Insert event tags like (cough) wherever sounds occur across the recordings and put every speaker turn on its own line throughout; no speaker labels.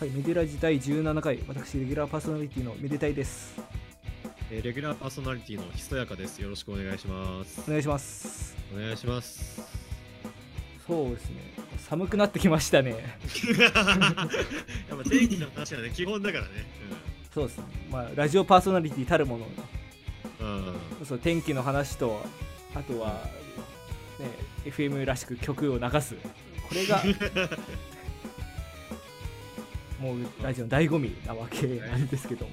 はい、メデラジ第17回、私、レギュラーパーソナリティのめでたいです。
えーレギュラーパーソナリティのひそやかです。よろしくお願いします
お。願いします。
お願いし (laughs) ます。
そうですね、寒くなってきましたね。
やっぱ天気の話はね、基本だからね。
そうですね、まあ、ラジオパーソナリティたるもの、
うん。うん
そう天気の話と、あとは、ね、FM らしく曲を流す、こ (laughs) れが、もうラジオの醍醐味なわけなんですけども。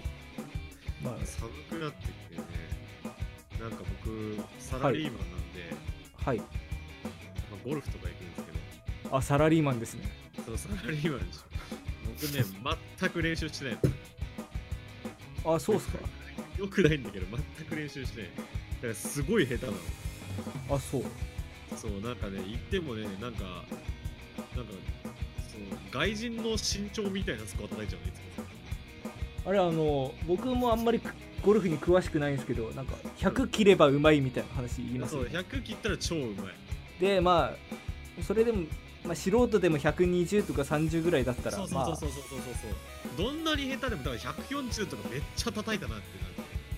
ま
寒くなってきてね、なんか僕、サラリーマンなんで、
あ、はい。
まあゴルフとか行くんです
あ、サラリーマンですね。
けど、そのサラリーマンでしょ。僕ね、全く練習してないの。
あ、そうっすか。
よくないんだけど、全く練習してない。だからすごい下手なの。
あ、そう。
そうなんかね行ってもねなんかなんかそう外人の身長みたいなスコア叩いちゃうのいつも
あれあの僕もあんまりゴルフに詳しくないんですけどなんか100切ればうまいみたいな話言います
そう
よね
100切ったら超うまい
でまあそれでも、まあ、素人でも120とか30ぐらいだったら
そうそう
ま
そ
あ
うそうそうそうそうどんなに下手でもだから140とかめっちゃ叩いたなって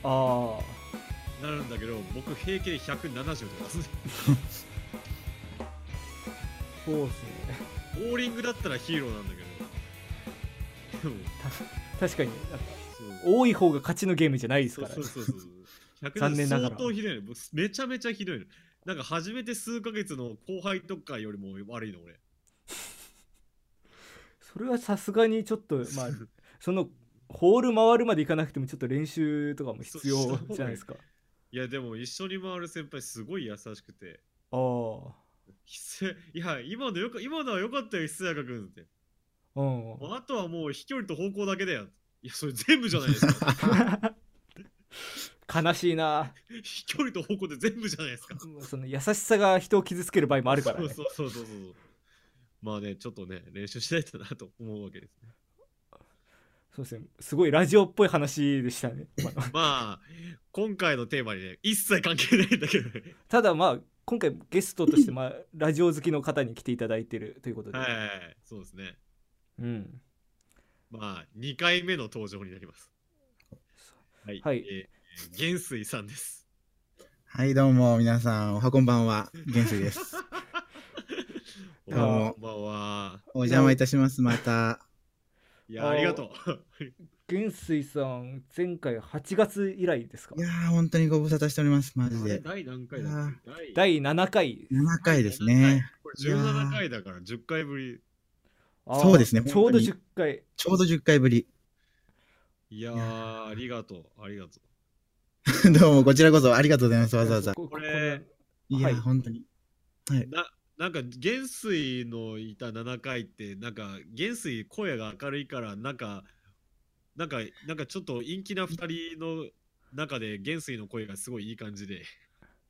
あ
なるなるんだけど僕平均170とかですね
ーそうですね
ボーリングだったらヒーローなんだけどでも
確かになんか
そう
多い方が勝ちのゲームじゃないです
そう
から
そうそうそう170
残念ながら
相当ひどいの僕めちゃめちゃひどいのなんか初めて数ヶ月の後輩とかよりも悪いの俺
それはさすがにちょっと
(laughs)
まあそのホール回るまでいかなくてもちょっと練習とかも必要
そうそう
じゃないですか
いやでも一緒に回る先輩すごい優しくて
ああ
ひせいや今のよか今のは良かったよ久やか君って
うん
もうあとはもう飛距離と方向だけだよいやそれ全部じゃないです
(laughs)
か
悲しいな
飛距離と方向で全部じゃないですか
その優しさが人を傷つける場合もあるから、ね、
そうそうそうそうそうまあねちょっとね練習しないとなと思うわけですね
そうですね。すごいラジオっぽい話でした
(laughs)
ね。まあ
まあ今回のテーマにね一切関係ないんだけどね
ただまあ、今回ゲストとして、まあ、ラジオ好きの方に来ていただいてるということで。
はいはいはいそうですね
うん。
まあ2回目の登場になりますはい、
はい
えー、元帥さんです
はい、どうも、皆さん、おはこんばんは、元帥 (laughs) です。
こ
どうも
んばんは
お邪魔いたします、また。
い
あー
や、ありがとう。
元帥さん、前回8月以来ですか
いやー、本当にご無沙汰しております、マジ
あれ
で。
第何回だ
あ
っ
ー
け第
第7回。
7回ですね。。
これ17回だから10回ぶり。
あー
そうですね
ちょうど
本当に
10回。
ちょうど10回ぶり。 (laughs)
いや
いや
ー、ありがとう、ありがと
どうも、こちらこそありがとうございます、わざわざ。
こ
う。これ、
い
は
や
い
ー、本当に。
な、なんか、元帥のいた7回って、なんか、元帥声が明るいから、なんか、なんか、なんかちょっと陰気な2人の中で、元帥の声がすごいいい感じで。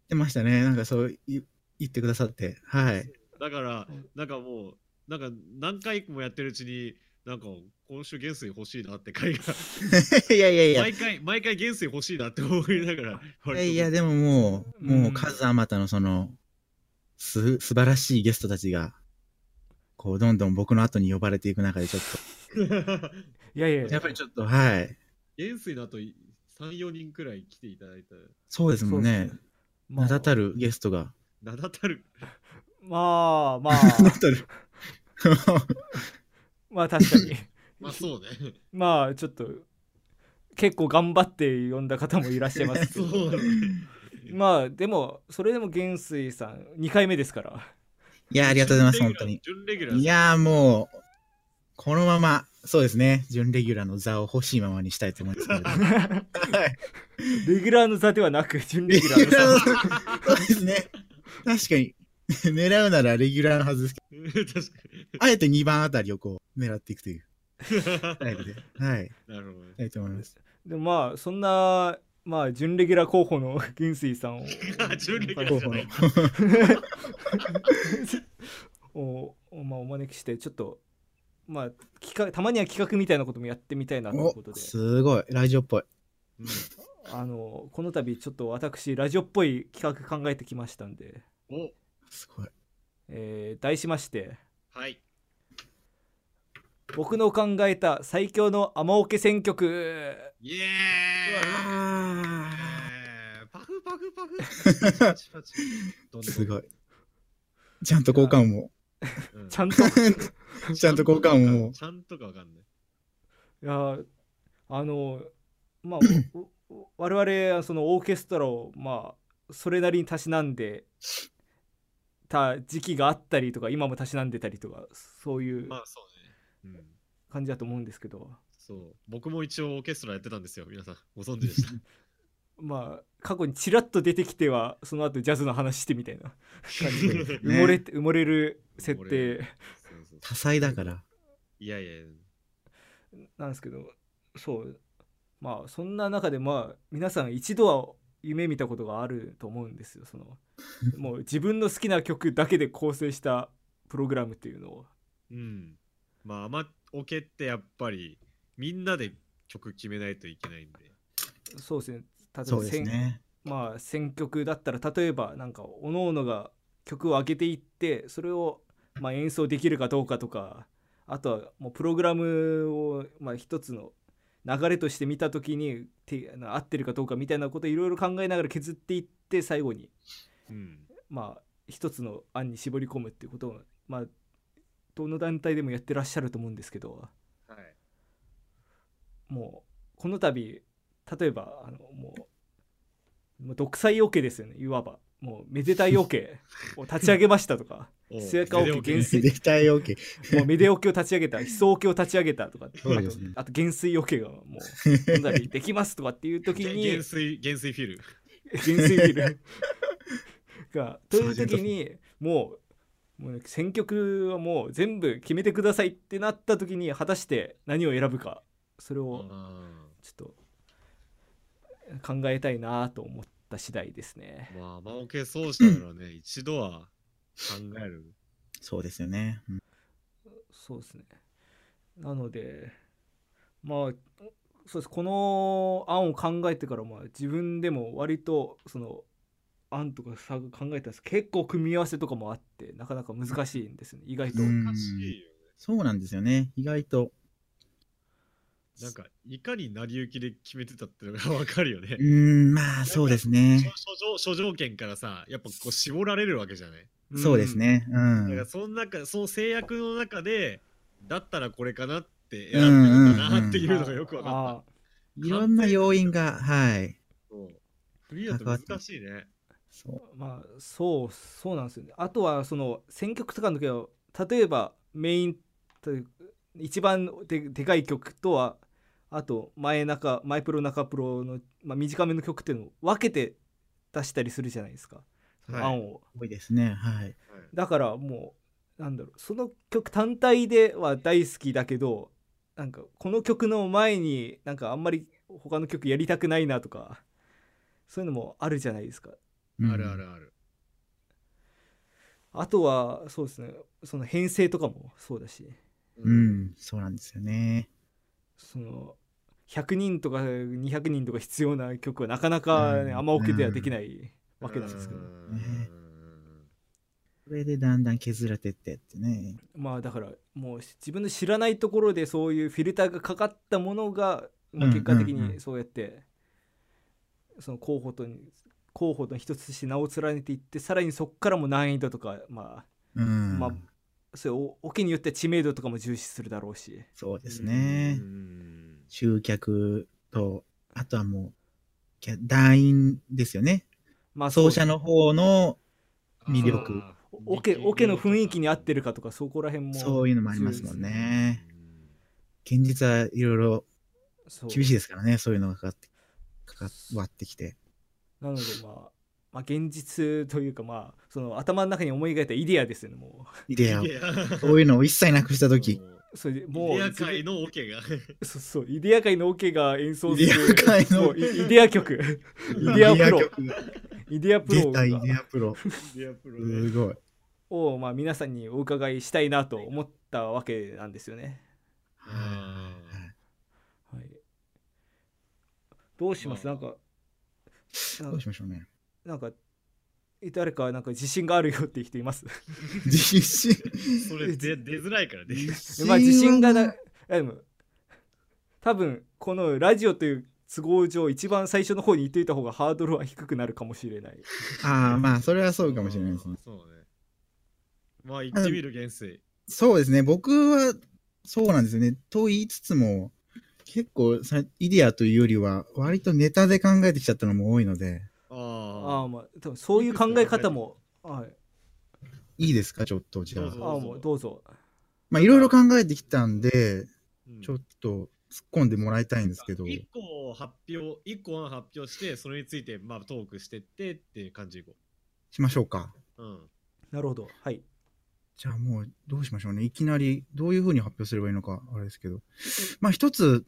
出ましたね、なんかそうい言ってくださって。はい。
だから
うん、
なんかもう、なんか何回もやってるうちに、なんか、今週元帥欲しいなって回が。
(laughs) いやいやいや。い
毎回、毎回元帥欲しいなって思いながら、割
や
と
いや、でももう、
うん
もう数あまたのその、す、素晴らしいゲストたちが、こう、どんどん僕の後に呼ばれていく中で、ちょっ
(laughs)
いやいやい
と、や
や
っぱりちょっと、はい。
元帥の後、3、4人くらい来ていただいた。
そうですもんね。
ま
名
あ、
だた
る。
るゲストが。
名だたる。
まあまあ、
たる。
まあ確かに。 (laughs)
まあそうね。
まあちょっと、結構頑張って呼んだ方もいらっしゃいますけ
(laughs) そ
(laughs)
ど。
うね。
まあでも、それでも元帥さん、2回目ですから。
(laughs) いや、ありがとうございます、本当に。
準レギュラー。
いやー、もう、このまま、そうですね、準レギュラーの座を欲しいままにしたいと
(laughs)
思いますので。はい
レギュラーの座ではなく、準レ
レ
ギ
ギ
ュ
ュ
ラーの座。
ラーのそうですね。確かに。狙うならレギュラーのはずですけ
(laughs) 確
ど、あえて2番あたりをこう、狙っていくという
か
タイ
に (laughs)
プ。で、はい、い
なるほどね
きたいと思います。
でもまあ、そんな、まあ、準レギュラー候補の元帥さんを。
準レギュラー
候
じゃ
補
な
の
い。。
をおまあ、お招きして、ちょっと、まあ、企画、たまには企画みたいなこともやってみたいなということ
お、
で、
すごい、ラジオっぽい。
うん
あの、この度、ちょっと私、ラジオっぽい企画考えてきましたんで、
お、
すごい。
えー題しまして、
はい。
僕の考えた最強の雨オケ選挙区
イエーイえーパフパフパ
(laughs)
フパチパチどんどん
すごい。ちゃんと交
(laughs)
換も。
うん
ちゃんとい
ちゃんと交換音を
ちゃんとかわかんない。
やーあのまあ
(coughs)
おお我々はそのオーケストラをまあそれなりにたしなんでた時期があったりとか今もたしなんでたりとかそういう
まあそうね。うん。
感じだと思うんですけど、
そう。僕も一応オーケストラやってたんですよ。皆さん、ご存知 (laughs) でした。
まあ過去にちらっと出てきてはその後ジャズの話してみたいな感じ
(laughs)
で
そう
埋もれて埋もれる設
埋もれ
定
そう
多彩だから。
いやいや、
なんですけどそうまあそんな中でまあ皆さん一度は夢見たことがあると思うんですよそ
(laughs)
のもう自分の好きな曲だけで構成したプログラムっていうのを
うん。まあ、まオケってやっぱり、みんなで曲決めないといけないんで。
そうですね例えば
そうです
選
ね。
まあ選曲だったら例えばなんか各々が曲を上げていってそれをまあ演奏できるかどうかとかあとはもうプログラムをまあ一つの流れとして見た時にてあの合ってるかどうかみたいなことをいろいろ考えながら削っていって最後に
うん。
まあ一つの案に絞り込むっていうことをまあどの団体でもやってらっしゃると思うんですけど
はい。
もうこの度例えばあのもうもう独裁オケですよねいわばもうめでたいオ
(laughs)
ケを立ち上げましたとか
お
末川家厳選
絶対 OK。
もうめでオケを立ち上げた悲壮オケを立ち上げたとかあと
そうですね
あと減衰オケがもうこの度できますとかっていう時
げ
に
(laughs)
減衰、減衰フィル。
減衰ビルがという時にもうもうね選曲はもう全部決めてくださいってなった時に果たして何を選ぶかそれを
あ
ちょっと考えたいなと思った次第ですね
ーまあ、まあ、オケそうしたから
(laughs)
ね、一度は考える。
そうですよね。うん
そうですねなのでまあそうですこの案を考えてからまあ自分でも割とその案とかさ考えたんです結構組み合わせとかもあってなかなか難しいんですね意外と、
うん
難しいよね。
そうなんですよね。意外と。
なんか、いかに成り行きで決めてたってのがわかるよね
う。ーん、まあそうですね。
諸諸条諸条件からさ、やっぱこう絞られるわけじゃない。
ん
そうですね。う
だから
ん。
その中、その制約の中で、だったらこれかなって選んでるか
うんうんう
なんっていうのがよくわかっ
あ
いろんな要因が、はい。
た。そうフリーだと難しいね。
そう
あまあそうそうなんですよねあとはその選曲とかの時は例えばメインという一番ででかい曲とはあと前中前プロ中プロの、まあ、短めの曲っていうのを分けて出したりするじゃないですか、
はい
案を
多いですね。はい。
はい
だからもうなんだろうその曲単体では大好きだけどなんかこの曲の前になんかあんまり他の曲やりたくないなとかそういうのもあるじゃないですか
うん
あるあるある。
あとはそうですねその編成とかもそうだし
う。ん、そうなんですよね。
その100人とか200人とか必要な曲はなかなか、ね
うん
あんまオケではできないわけなんですけど、
うん
それでだんだん削られてってってね。
まあだからもう自分の知らないところでそういうフィルターがかかったものが、まあ、
うん
結果的
うんう
に
ん
そうやって、その候補とに候補と一つとして名を連ねていってさらにそこからも難易度とかま
うん。
まああそういうオケによっては知名度とかも重視するだろうし
そうですね。
うん
集客と、あとはもう、キャ団員ですよね。
まあ
奏者の方の、魅力
あー
オケオケの雰囲気に合ってるかとかそこら辺も
そういうのもありますもんね。
うん
現実はいろいろ
そう
厳しいですからね、そういうのがかかって、かかわってきて。
なのでまあまあ現実というかまあその頭の中に思い描いたイデアですよねも
イデアを
い。や
そういうのを一切なくしたとき、イ
う (laughs) それでも
もう
う
イデア界のオケが。
そうそうイデア界のオケが演奏す
デ
る
ア界
も
の
うイイデア曲
(laughs)
イデアプロ
曲が
イデアプロ
出たイデ
が
アプロ。
イデアプロね
すごい。
をまあ皆さんにお伺いしたいなと思ったわけなんですよね、
あ
はい、どうしますな
ま
ん
あ
か
どうしましょうね。
なんかえ誰かなんか自信があるよっていう人います
自信。
それ出出づらいからね。
え (laughs) まあ自信が
は
なあでも多分このラジオという都合上一番最初の方に言っといた方がハードルは低くなるかもしれない
ああ、まあ、それはそうかもしれないですね。
そうね。まあ、行ってみる、元帥。
そうですね。僕は、そうなんですよね。と言いつつも、結構さ、イデアというよりは、割とネタで考えてきちゃったのも多いので、
あ
あ
あまあ多分そういう考え方もはい
いいですか、ちょっと、じゃ
どう
あ
ぞ。
ああもうどうぞ
まあ、いろいろ考えてきたんで、
あ。
ちょ
っ
っと突っ込んでもらいたいんですけど、
1個を発表、一個案発表して、それについて、まあ、トークしてってっていう感じでいこ
しましょうか。
う。うん。
なるほどはい
じゃあもう、どうしましょうね。いきなり、どういうふうに発表すればいいのか、あれですけど。まあ、一つ、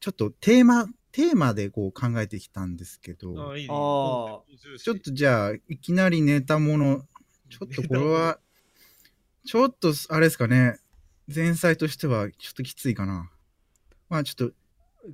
ちょっとテーマ、テーマでこう考えてきたんですけど、
ああ、いいね。
ああ
コンセプト重視
ちょっ、とじゃあ、いきなりネタもの、ちょっとこれは、ちょっと、あれですかね、前菜としてはちょっときついかな。まあちょっと、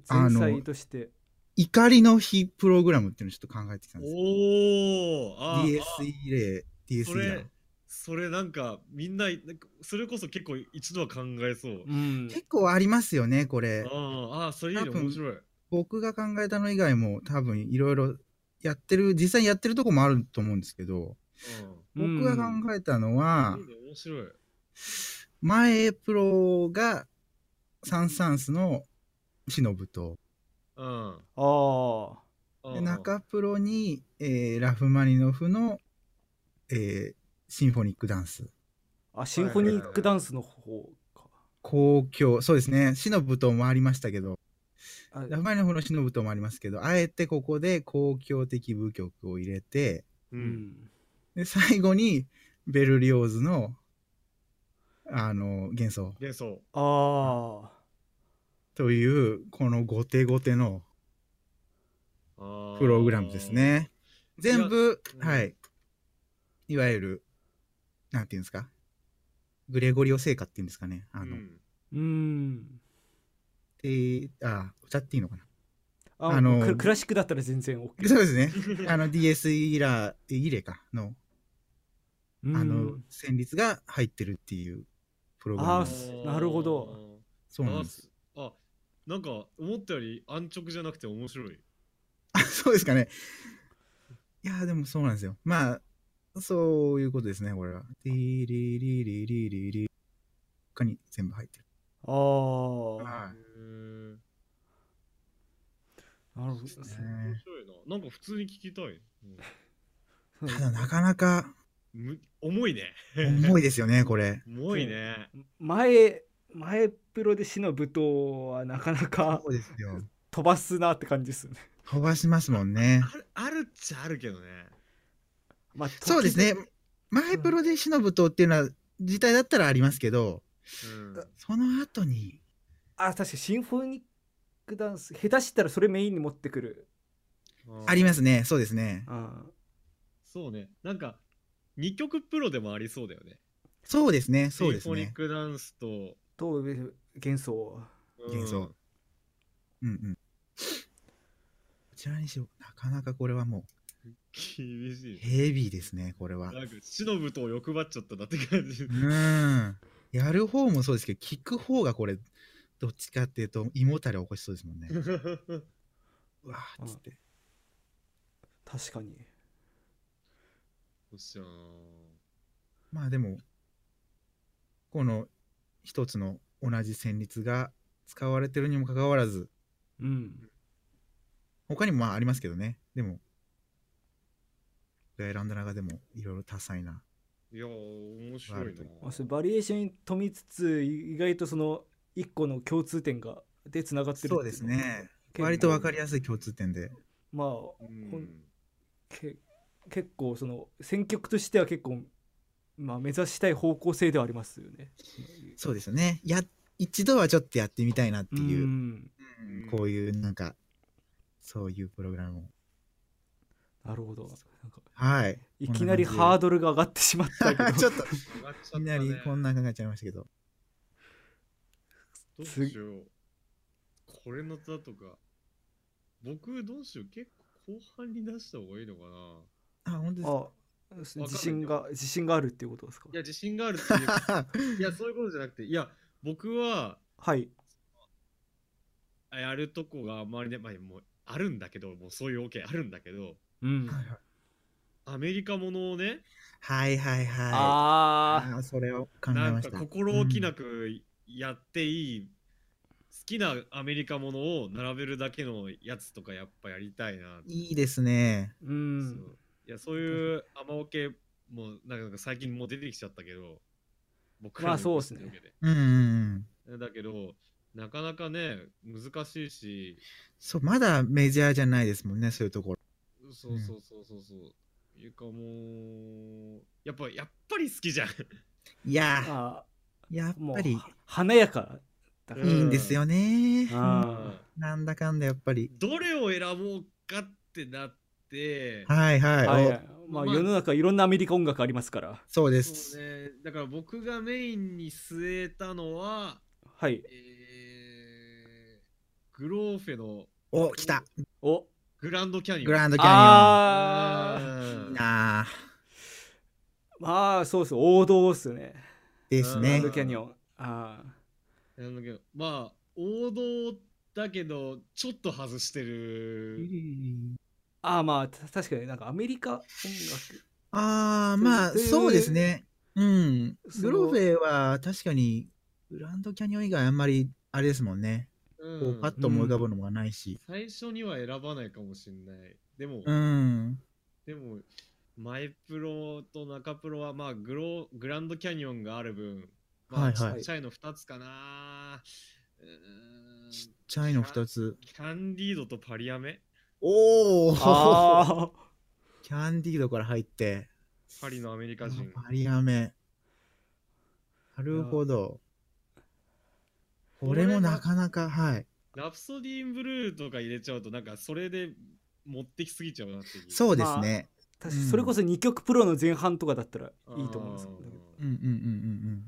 あ
前
の
菜として
怒りの日プログラムっていうのをちょっと考えてきたんですよ。
おお、ああ
DSE 例、
そ
DSE
れ
だ。、
それなんか、みんな、なんかそれこそ結構一度は考えそう。
うん
結構ありますよね、これ。
ああ、それいいね、
多分
面白い。
僕が考えたの以外も多分いろいろやってる、実際やってるとこもあると思うんですけど、僕が考えたの
う
は
ん。い、いね、面白い。
前プロがサンサンスの忍と、
うん。
ああ
う
で
ん
中プロに、えーラフマニノフの、えーシンフォニックダンス
あシンフォニックダンスの方か
公共そうですねシノブともありましたけど
あ
ラフマニノフのシノブともありますけどあえてここで公共的舞曲を入れて
う。
うんん
で最後にベルリオーズのあの幻想
幻想。
あ
というこの後手後手の
あー
プログラムです。ね全部
いやうん
はいいわゆるなんていうんですかグレゴリオ聖歌っていうんですかねあ
う
の、
ん。
ーうん
で、あ、歌っていいのかな。 (laughs)
あ
あの
ククラシックだったら全然 OK
そうですね。あの DS イラー、イレかの、
うん
あの、旋律が入ってるっていうプログ
あ
ラム
ー
です。
すなるほど。
そうなんです。
あ。あ、なんか思ったより安直じゃなくて面白い。
あ、そうですかね。いやー、でもそうなんですよ。まあ、そういうことですね、これは。リリリリリリリ他に全部入ってる。
あー
は
へー
なるほど
い
面
ね
白いな。なんか普通に聞きたい。うん
ただ、なかなか
む重いね。
重いですよね、これ。
重いね。
前前プロで死の舞踏はなかなか
そうですよ。
飛ばすなって感じですね。
飛ばしますもんね。
あるあるっちゃあるけどね。
まあ、
そうですね。前プロで忍ぶとっていうのは、自体だったらありますけど、
うん。
その後に、
あ確かにシンフォニックダンス下手したらそれメインに持ってくる。
ありますすね、そうですね。
あ
そうね。なんか二曲プロでもありそうだよね。
そうですね、そうです
シンフォニ
ね
ッ。クダンスと
と幻想。
うん
幻想うんうん。こちらにしよう。なかなかこれはも
厳し
う、
い。
ヘビーですね、これは。
なんか、忍ぶと欲張っちゃったなって感じ
う。ーん。やる方もそうですけど、聞く方がこれ、どっちかっていうと、胃もたれ起こしそうですもんね。うわーっつって。
確かに。
(laughs) おっしゃー
まあでも、この一つの同じ旋律が使われてるにもかかわらず、
うん。
他にもまあありますけどね。でも、僕が選んだ中でもいろいろ多彩な。
いやー、面白いな。
まあそれバリエーションに富みつつい意外とその一個の共通点がでつながってるっていの
そ
も
うですね。
結構
割とわかりやすい共通点で。
まあ
うん
け結構その選曲としては結構、まあ、目指したい方向性ではありますよね。
そうですよね。や、一度はちょっとやってみたいなっていうう、
ん
うんこういうなんか、そういうプログラムを。
なるほど。なんか
はい。
いきなりハー
ド。
ドルが上がってしまったけ
(laughs) ち
ど
ょっと、い
上がっちゃった
き
ね
なりこんな考えちゃいましたけど。
どうしよう。これの歌とか。僕、どうしよう。結構後半に出した方がいいのかな。
あ、本当ですか。
(laughs) あ
ない
自信が自信があるっていうことですか
いや自信があるっていう (laughs) いやそういうことじゃなくていや僕は
はい
やるとこがあまりね、まあ、もうあるんだけどもうそういう OK あるんだけど
うん
アメリカものをね
(laughs) はいはいはい。あ
あ
あー、それを考え
な
ま
ん
し
か
た。
心置きなくやっていい、好きなアメリカものを並べるだけのやつとかやっぱやりたいな、
いいですね。
う
そ
ん
ういやそういう甘おけもなんか最近もう出てきちゃったけど僕ら
ま
も
あそうっすね
知ってるわ
うんうんうん。
けでだけどなかなかね難しいし
そう、まだメジャーじゃないですもんね、そういうところ。
そうそうそうそうそう。いうかもう、やっぱ、やっぱり好きじゃん。
いや
あ
ー、やっ
ーも
ぱり
う華やかだから
いいんですよね。
あ
なんだかんだやっぱり。
どれを選ぼうかってなって、
はいは
ー
い。
はい
お
まあ
まあ
世の中いろんなアメリカ音楽ありますから
そうで
そう
す。
ね、だから僕がメインに据えたのは、
はい
えー、グローフェの
お、来た。
お
グランドキャニオン。
グラン
ド
ドキャ
ああ
ニオン。いいなあ
まあそうです王道っすね
です
グラン
ね
ド。キャニオンああ
キャニオン。まあ、王道だけど、ちょっと外してる。
ああまあた確かになんかアメリカ音楽
ああ、まあ、
という
そうですね。うん。
その
グローフェは確かに、グランドキャニオン以外あんまり、あれですもんね。
う
こ
ん
う、パッと思い浮かぶのがないし。
最初には選ばないかもしれない。でも、
うん。
でも、マイプロと中プロは、まあグロ、グランドキャニオンがある分、まあ
はいはい
ちっちゃいの2つかな。うーん
ちっちゃいの2つ。
キャンディードとパリアメ
お
(laughs)
お
ああ
キャンディードから入って、
パリのアメリカ人。
パリアメ。なるほど。これもなかなか、はい。
ラプソディーンブルーとか入れちゃうと、なんかそれで持ってきすぎちゃうなっていう。
そうですね。
確かにそれこそ2曲プロの前半とかだったらいいと思うんですけど、
うんうんうん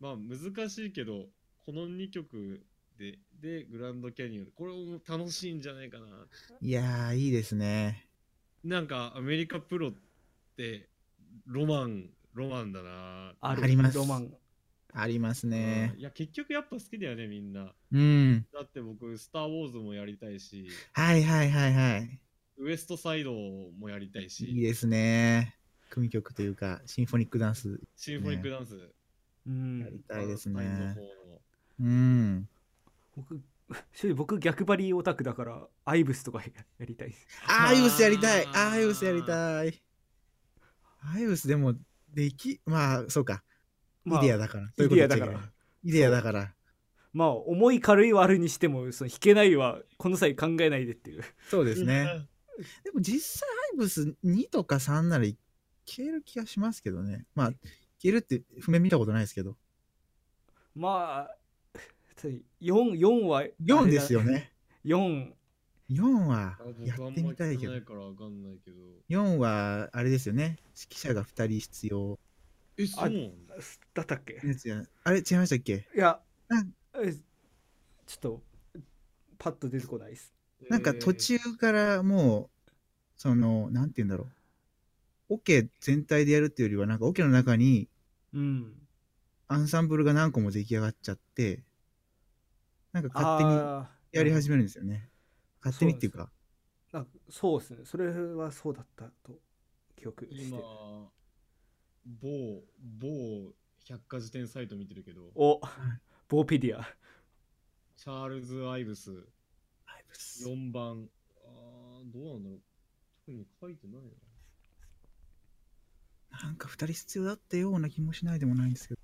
まあ難しいけど、この2曲で、で、グランドキャニオン。これも楽しいんじゃないかな。
うんうん。いやー、いいですね。
なんかアメリカプロってロマンロマンだな
ある
あります
ロマン
ありますね
うん。いや結局やっぱ好きだよねみんな
うん。
だって僕「スター・ウォーズ」もやりたいし
はいはいはいはい。
ウエストサイドもやりたいし
いいですね。組曲というか、シンフォニックダンス
シンフォニックダンス、
う
やり
ん
たいです
あのタイムズ
ね
の。方の
うん。
僕正直僕逆張りオタクだからアイブスとか (laughs) ややりたいです
あーアイウスやりたい
あー
アイウスやりたいアイウスでも、でき、まあ、そうか。
まあ
イデアだから。
イデアだから
イデアだから。
まあ重い軽いはあるにしてもその弾けないはこの際考えないでっていう
そうですね。でも実際、アイブス2とか3ならいける気がしますけどね。まあ、いけるって、譜面見たことないですけど。
まあ 4, 四は
4です
よ
よね。
4
4は
あ僕
や
あ
っ
ん
て
ま
み
り
たい
聞か
け
な
ど
い。からわかんないけど
4は、あれですよね。指揮者が2人必要
えそうなんだ
だったっけ
ですよね。あれ、違いましたっけ
いや
うん
えちょっとパッと出てこないです
なんか途中からもう、その、なんて言うんだろう。オケ全体でやるっていうよりは、なんかオケの中に
うん
アンサンブルが何個も出来上がっちゃって、なんか勝手に
あー
やり始めるんですよね。勝手にっていうか。
なんかそうですねそれはそうだったと記憶して
今某某百科事典サイト見てるけど
おボーペディア
チャールズ・アイブス
ライブス
4番。あーどうなんだろう。特に書いてないな。
なんか二人必要だったような気もしないでもないんですけど。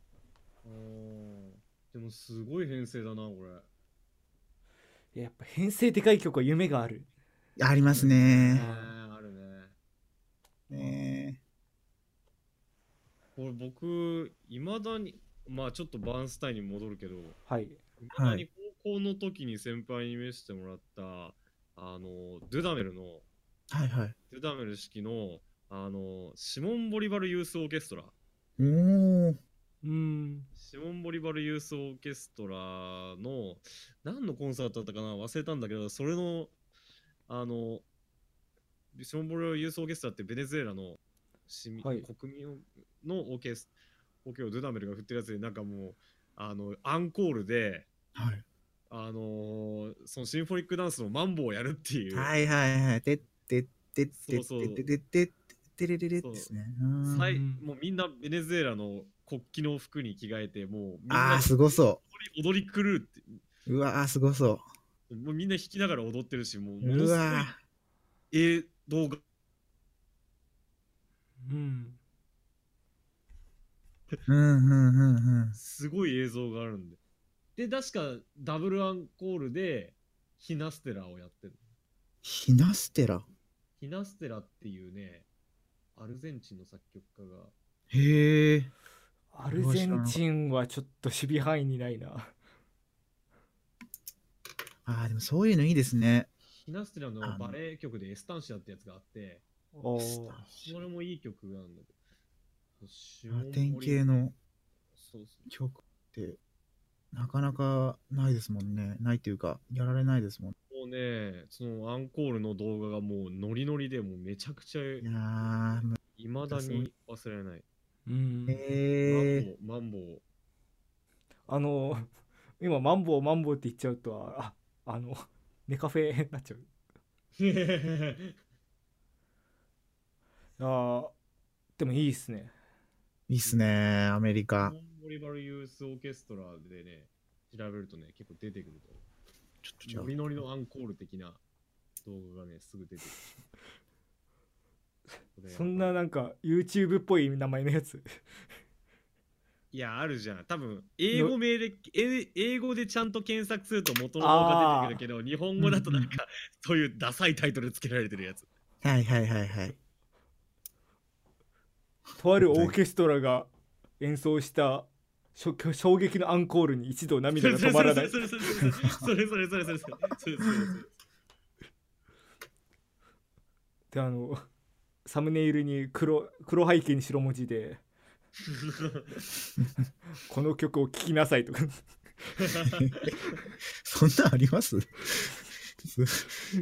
あーでもすごい編成だな、これ。
いややっぱ編成でかい曲は夢がある
あります
ね
ね。
ーあるね。
ね
これ僕、いまだに、まあちょっとバーンスタインに戻るけど、
はい
いまだに高校の時に先輩に見せてもらった、あの、ドゥダメルの、
はいはい。
ドゥダメル式の、あの、シモン・ボリバルユースオーケストラ。
おー。
うん
シモン・ボリバルユースオーケストラの何のコンサートだったかな忘れたんだけどそれのあのシモン・ボリバルユースオーケストラってベネズエラの市民、
はい
国民のオーケスオーケをドゥダメルが振ってるやつでなんかもうあのアンコールで
はい。
あのーそのシンフォニックダンスのマンボをやるっていう、
はいはいはい。てってってって
そ
っ
うそう
てってってってれれれですね。う
さい
ん
もうみんなベネズエラの国旗の服に着替えてもうみん
あ
な
あ、すごそ
踊り踊り狂うって
う。うわあ、すごそ
もうみんな弾きながら踊ってるしもう
う。
もの
う
すごい
わ
ええ動画
うん
ーうんうんうんうん。
すごい映像があるんでで確かダブルアンコールでヒナステラをやってる
ひなすてら。
ヒナステラっていうねアルゼンチンの作曲家が
へえ。
アルゼンチンはちょっと守備範囲にないな。
ああ、でもそういうのいいですね。
ヒナステラの
あの
バレエ曲でエスタンシアってやつがあって
お
ス
ー
タンシ
これもいい曲なんだけどシ
ア
ュモン
ラテン系の
そうそう
曲って、なかなかないですもんね。ないっていうか、やられないですもん。
もうねそのアンコールの動画がもうノリノリでもうめちゃくちゃ
いやー、む
いまだに忘れない
うん
へえ。
マンボウマンボウ (laughs)
あの今マンボウマンボウって言っちゃうとああのネカフェになっちゃう。あーでもいいですね。
いいっすね、アメリカ。
モリバルユースオーケストラでね、調べるとね、結構出てくると。
ちょっ
ノリノリのアンコール的な動画がね、すぐ出てくる。
そんな
な。
なんか YouTube っぽい名前のやつ。
いや、あるじゃん。多分英語命令、え英語でちゃんと検索すると元の動画出てくるけど、日本語だとなんか、そういうダサいタイトルつけられてるやつ。
はいはいはいはい。 (laughs)
とあるオーケストラが演奏したしょ衝撃のアンコールに一度涙が止まらない
(laughs) そ。れそれそれそれそれそれそれそれそれそれそれそれそれ
であのサムネイルに黒黒背景に白文字で「この曲を聴きなさい」とか
そんなんあります (laughs)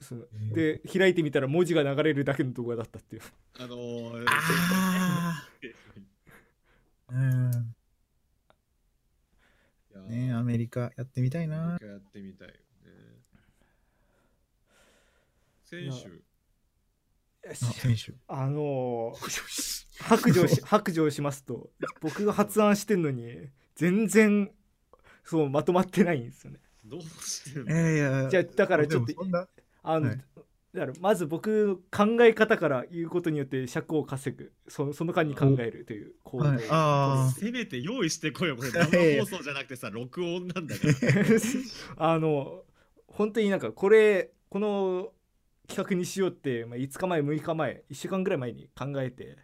そので開いてみたら文字が流れるだけの動画だったっていう
あのー、
ああ。うん。
いやー
ねえアメリカやってみたいな
一。回やってみたいよね。先週、
あ、選手。
あのー白状し白状しますと僕が発案してんのに全然そうまとまってないんですよね
どうしてん
い
の
やいや。
じゃあ
だ
だからちょっと
そんな。
あの、
はい
だからまず僕の考え方から言うことによって尺を稼ぐそその間に考えるという行動、
はい、あ
せめて用意してこいよ、これ生放送じゃなくてさ、録音なんだ
(laughs)
から。
(laughs) あの本当になんかこれこの企画にしようって、まあ、5日前6日前1週間ぐらい前に考えて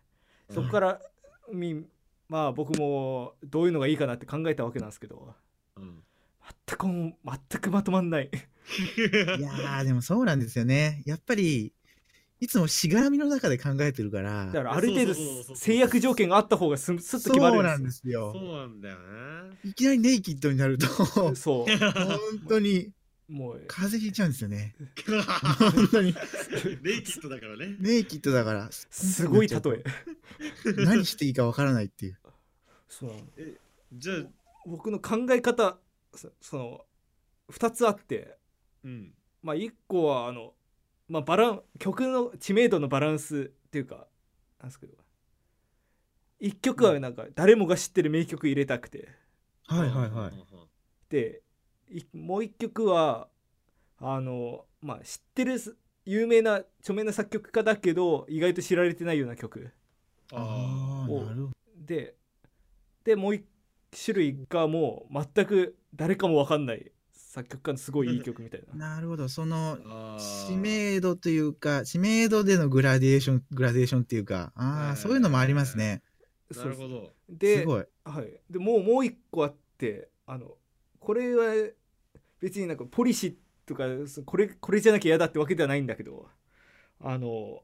そこから、みまあ僕もどういうのがいいかなって考えたわけなんですけど
うん
全くもう全くまとまんない
あ。いやー、でもそうなんですよね。やっぱり、いつもしがらみの中で考えてるから。
だからある程
そうそうそうそ
度
う
制約条件があった方がすすっと
そ
決まる
うんなんで
です
すよ。
そうなんだよ
(laughs)
な。
いきなりネイキッドになる (laughs) と、本
そう
当に (laughs)
もう (laughs)
風邪ひいちゃうんですよね。本当 (laughs) に。
ネイキッドだからね。
ネイキッドだから、
すごい例え
何していいかわからないっていう。
そうなの
じゃあ、
僕の考え方そその2つあって
うん。
まあ、1個はあの、まあ、バラン曲の知名度のバランスっていうかなんですけど1曲はなんか誰もが知ってる名曲入れたくて
はいはいはい。
い。
でいもう1曲はあの、まあ、知ってるす有名な著名な作曲家だけど意外と知られてないような曲
あ
ああー、なるほど。
ででもう1種類がもう全く誰かも分かんない作曲家のすごいいい曲みたいな。
なるほど。その
ー、あー。
知名度というか、知名度でのグラデーション、グラデーションっていうか、あ
え
あ、
ー
そういうのもありますね。
なるほど。
です
ごい。
はい、でもうもう一個あってあのこれは別になんかポリシーとかそこれこれじゃなきゃ嫌だってわけではないんだけどあの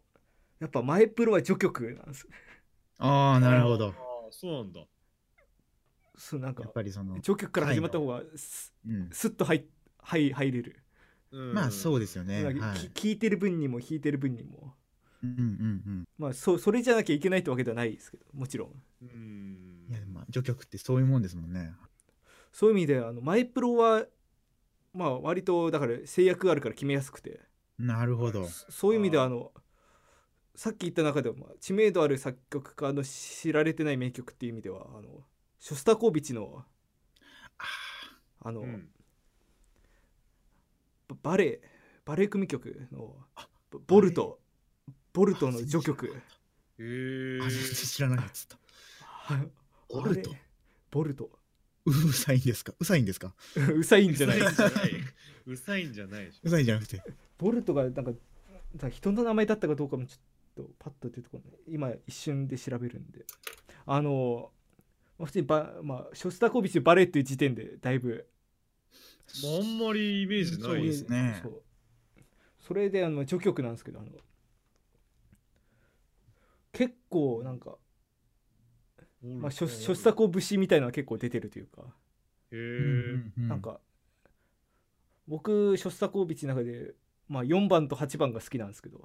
やっぱマイプロは序曲なんです
ああ、なるほ
あ
ど
ー。。そうなんだ。
そうなんか
やっぱりその、
序曲から始まった方がす
うん。
すっと入入入れる、
うん
まあそうですよね。
な
は
ん
い
か。き聞いてる分にも弾いてる分にも
うんうん
まあそそれじゃなきゃいけないってわけではないですけどもちろん
うん
うん。いや、まあ、序曲ってそういうもんですもんね。
そういう意味であのマイプロはまあ割とだから制約があるから決めやすくて
なるほど。
そそういう意味では
あー
あのさっき言った中でもまあ知名度ある作曲家の知られてない名曲っていう意味ではあのショスタコービチの
あ
あの、
うん
ババレエバレエ組曲のボボルトボルトの序曲
へ
ー
ー (laughs)
あ、全然知らないやつだ。ボルト
(laughs) あれボルト
ううさいんですかうさいんですか
うさいんじゃない
うさいんじゃないでし
うさいんじゃなくて。
ボルトがなんかなんか人の名前だったかどうかもちょっとパッと出てこない今一瞬で調べるんであのまあ普通にバ、まあ、ショスタコービッチバレエっていう時点でだいぶ
ょ。あんまりイメージ
そ
な
う
いで。
ですすね
そうそれであの序曲なんですけどあの結構なんか、まあ、ショショスタコ節みたいなのが結構出てるというか
へ
う
ー
うう
なんか僕ショスタコービッチの中で、まあ、4番と8番が好きなんですけど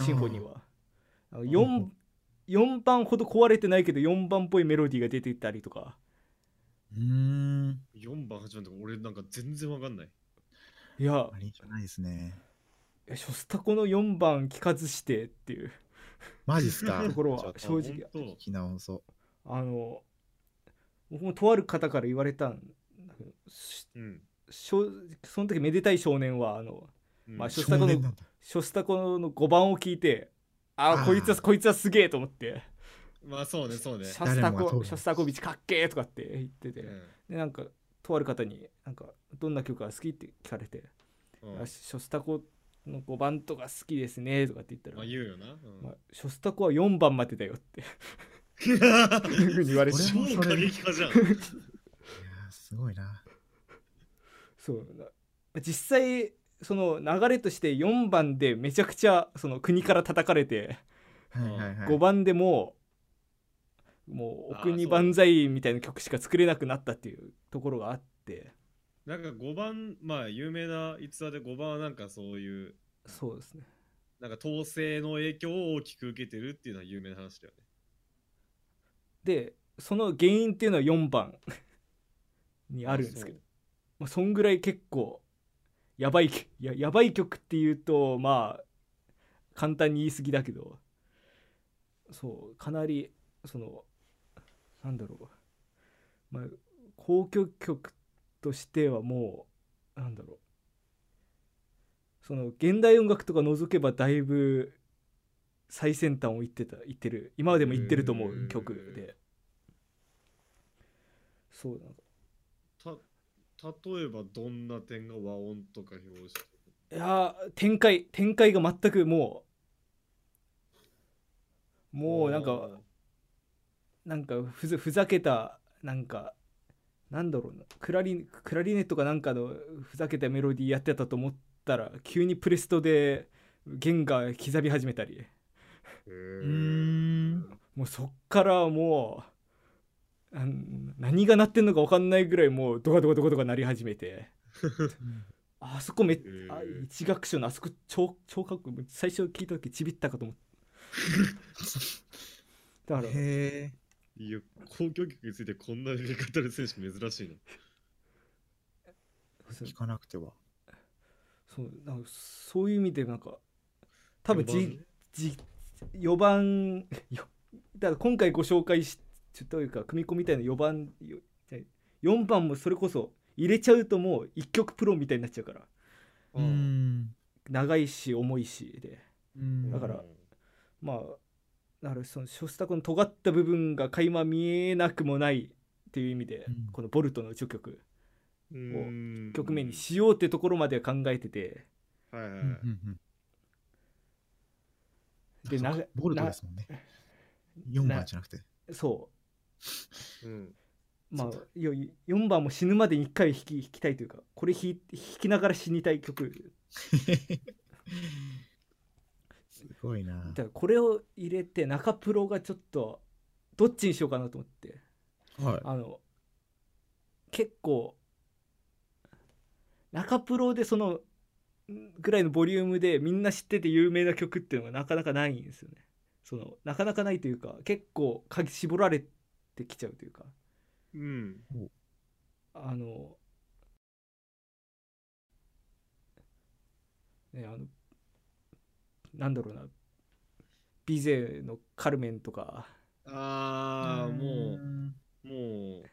シンフォニーはあの 4,、
うんうん
4番ほど壊れてないけど4番っぽいメロディーが出てたりとか
うーん。
4番8番とか俺なんか全然わかんない。
いや
あれじゃないですね。
ショスタコの4番聞かずしてっていう
マジっ
(laughs)
すか
ところ
ちょっ
は
と
正
あ
直
本
聞き直そ
あの僕もとある方から言われたんだけどし
当うん。
しょその時「めでたい少年は」あの
うん
まあ
う。
ショスタコの
少年なんだ
ショスタコの5番を聞いてあ
あ
あ
ー
こいつはこいつはすげえと思って
まあそうねそうね。
シャスタ
誰もが通
コ
る
シャスタコビチかっけーとかって言ってて、
うん
でなんかとある方になんかどんな曲が好きって聞かれて、
うん
あショスタコの5番とか好きですねとかって言ったら、
まあ言うよな。うん
ま
(laughs)
あ、ショスタコは4番までだよっていう (laughs) ふうに言われて
俺も
超過激化じゃん。
いやーすごいな。
そうな実際その流れとして4番でめちゃくちゃその国から叩かれて、
はいはいはい。
5番でもうもうお国万歳みたいな曲しか作れなくなったっていうところがあって
なんか5番、まあ有名な逸話で5番はなんかそういう、
そうですね
なんか統制の影響を大きく受けてるっていうのは有名な話だよね。
でその原因っていうのは4番にあるんですけどまあ、そんぐらい結構やばいけややばい曲っていうとまあ簡単に言い過ぎだけどそうかなりそのなんだろう、まあ、公共曲としてはもうなんだろうその現代音楽とか除けばだいぶ最先端を言ってた言ってる今までも言ってると思
うー
うん曲でそうなんか
そう。た、例えばどんな点が和音とか表して
いやー展開展開が全くもうもうなんかなんかふざふざけたなんかなんだろうなクラリクラリネットかなんかのふざけたメロディーやってたと思ったら急にプレストで弦が刻み始めたり
へ
う
ー
ーん。
もうそっからもうあん何が鳴ってんのか分かんないぐらいもうドカドカドカドカ鳴り始めて。あそこめっ
へー
あ一楽章のあそこ超超かっこいい最初聞いた時ちびったかと思った
(laughs)
だから
へえ。
いや、公共曲についてこんなに語る選手珍しいな。
そう
聞かなくては。
そうなんかそういう意味でなんか多分
4番
じじ4番よだから今回ご紹介しちょというか組み込みたいな4番よじゃ4番もそれこそ入れちゃうともう一曲プロみたいになっちゃうから
うーん。
長いし重いしで
うん
だからまあだからそのショスタコの尖った部分が垣間見えなくもないっていう意味で、
うん
このボルトの序曲
うん、
局面にしようってところまでは考えてて
はいはい
う
は
んう
い。
んうん
で
あ
な
そうかボルトですもんね。4番じゃなくて。
そ
うん
うまあ
そう
よ4番も死ぬまでに1回弾き弾きたいというかこれ弾い弾きながら死にたい曲
すごいな
だ。からこれを入れて中プロがちょっとどっちにしようかなと思って
は
あの結構中プロでそのぐらいのボリュームでみんな知ってて有名な曲っていうのがなかなかないんですよね。そのなかなかないというか結構か絞られてきちゃうというか
うん。
あの,、ね、あのなんだろうなビゼの「カルメン」とか
ああ、も
う。
う、もう、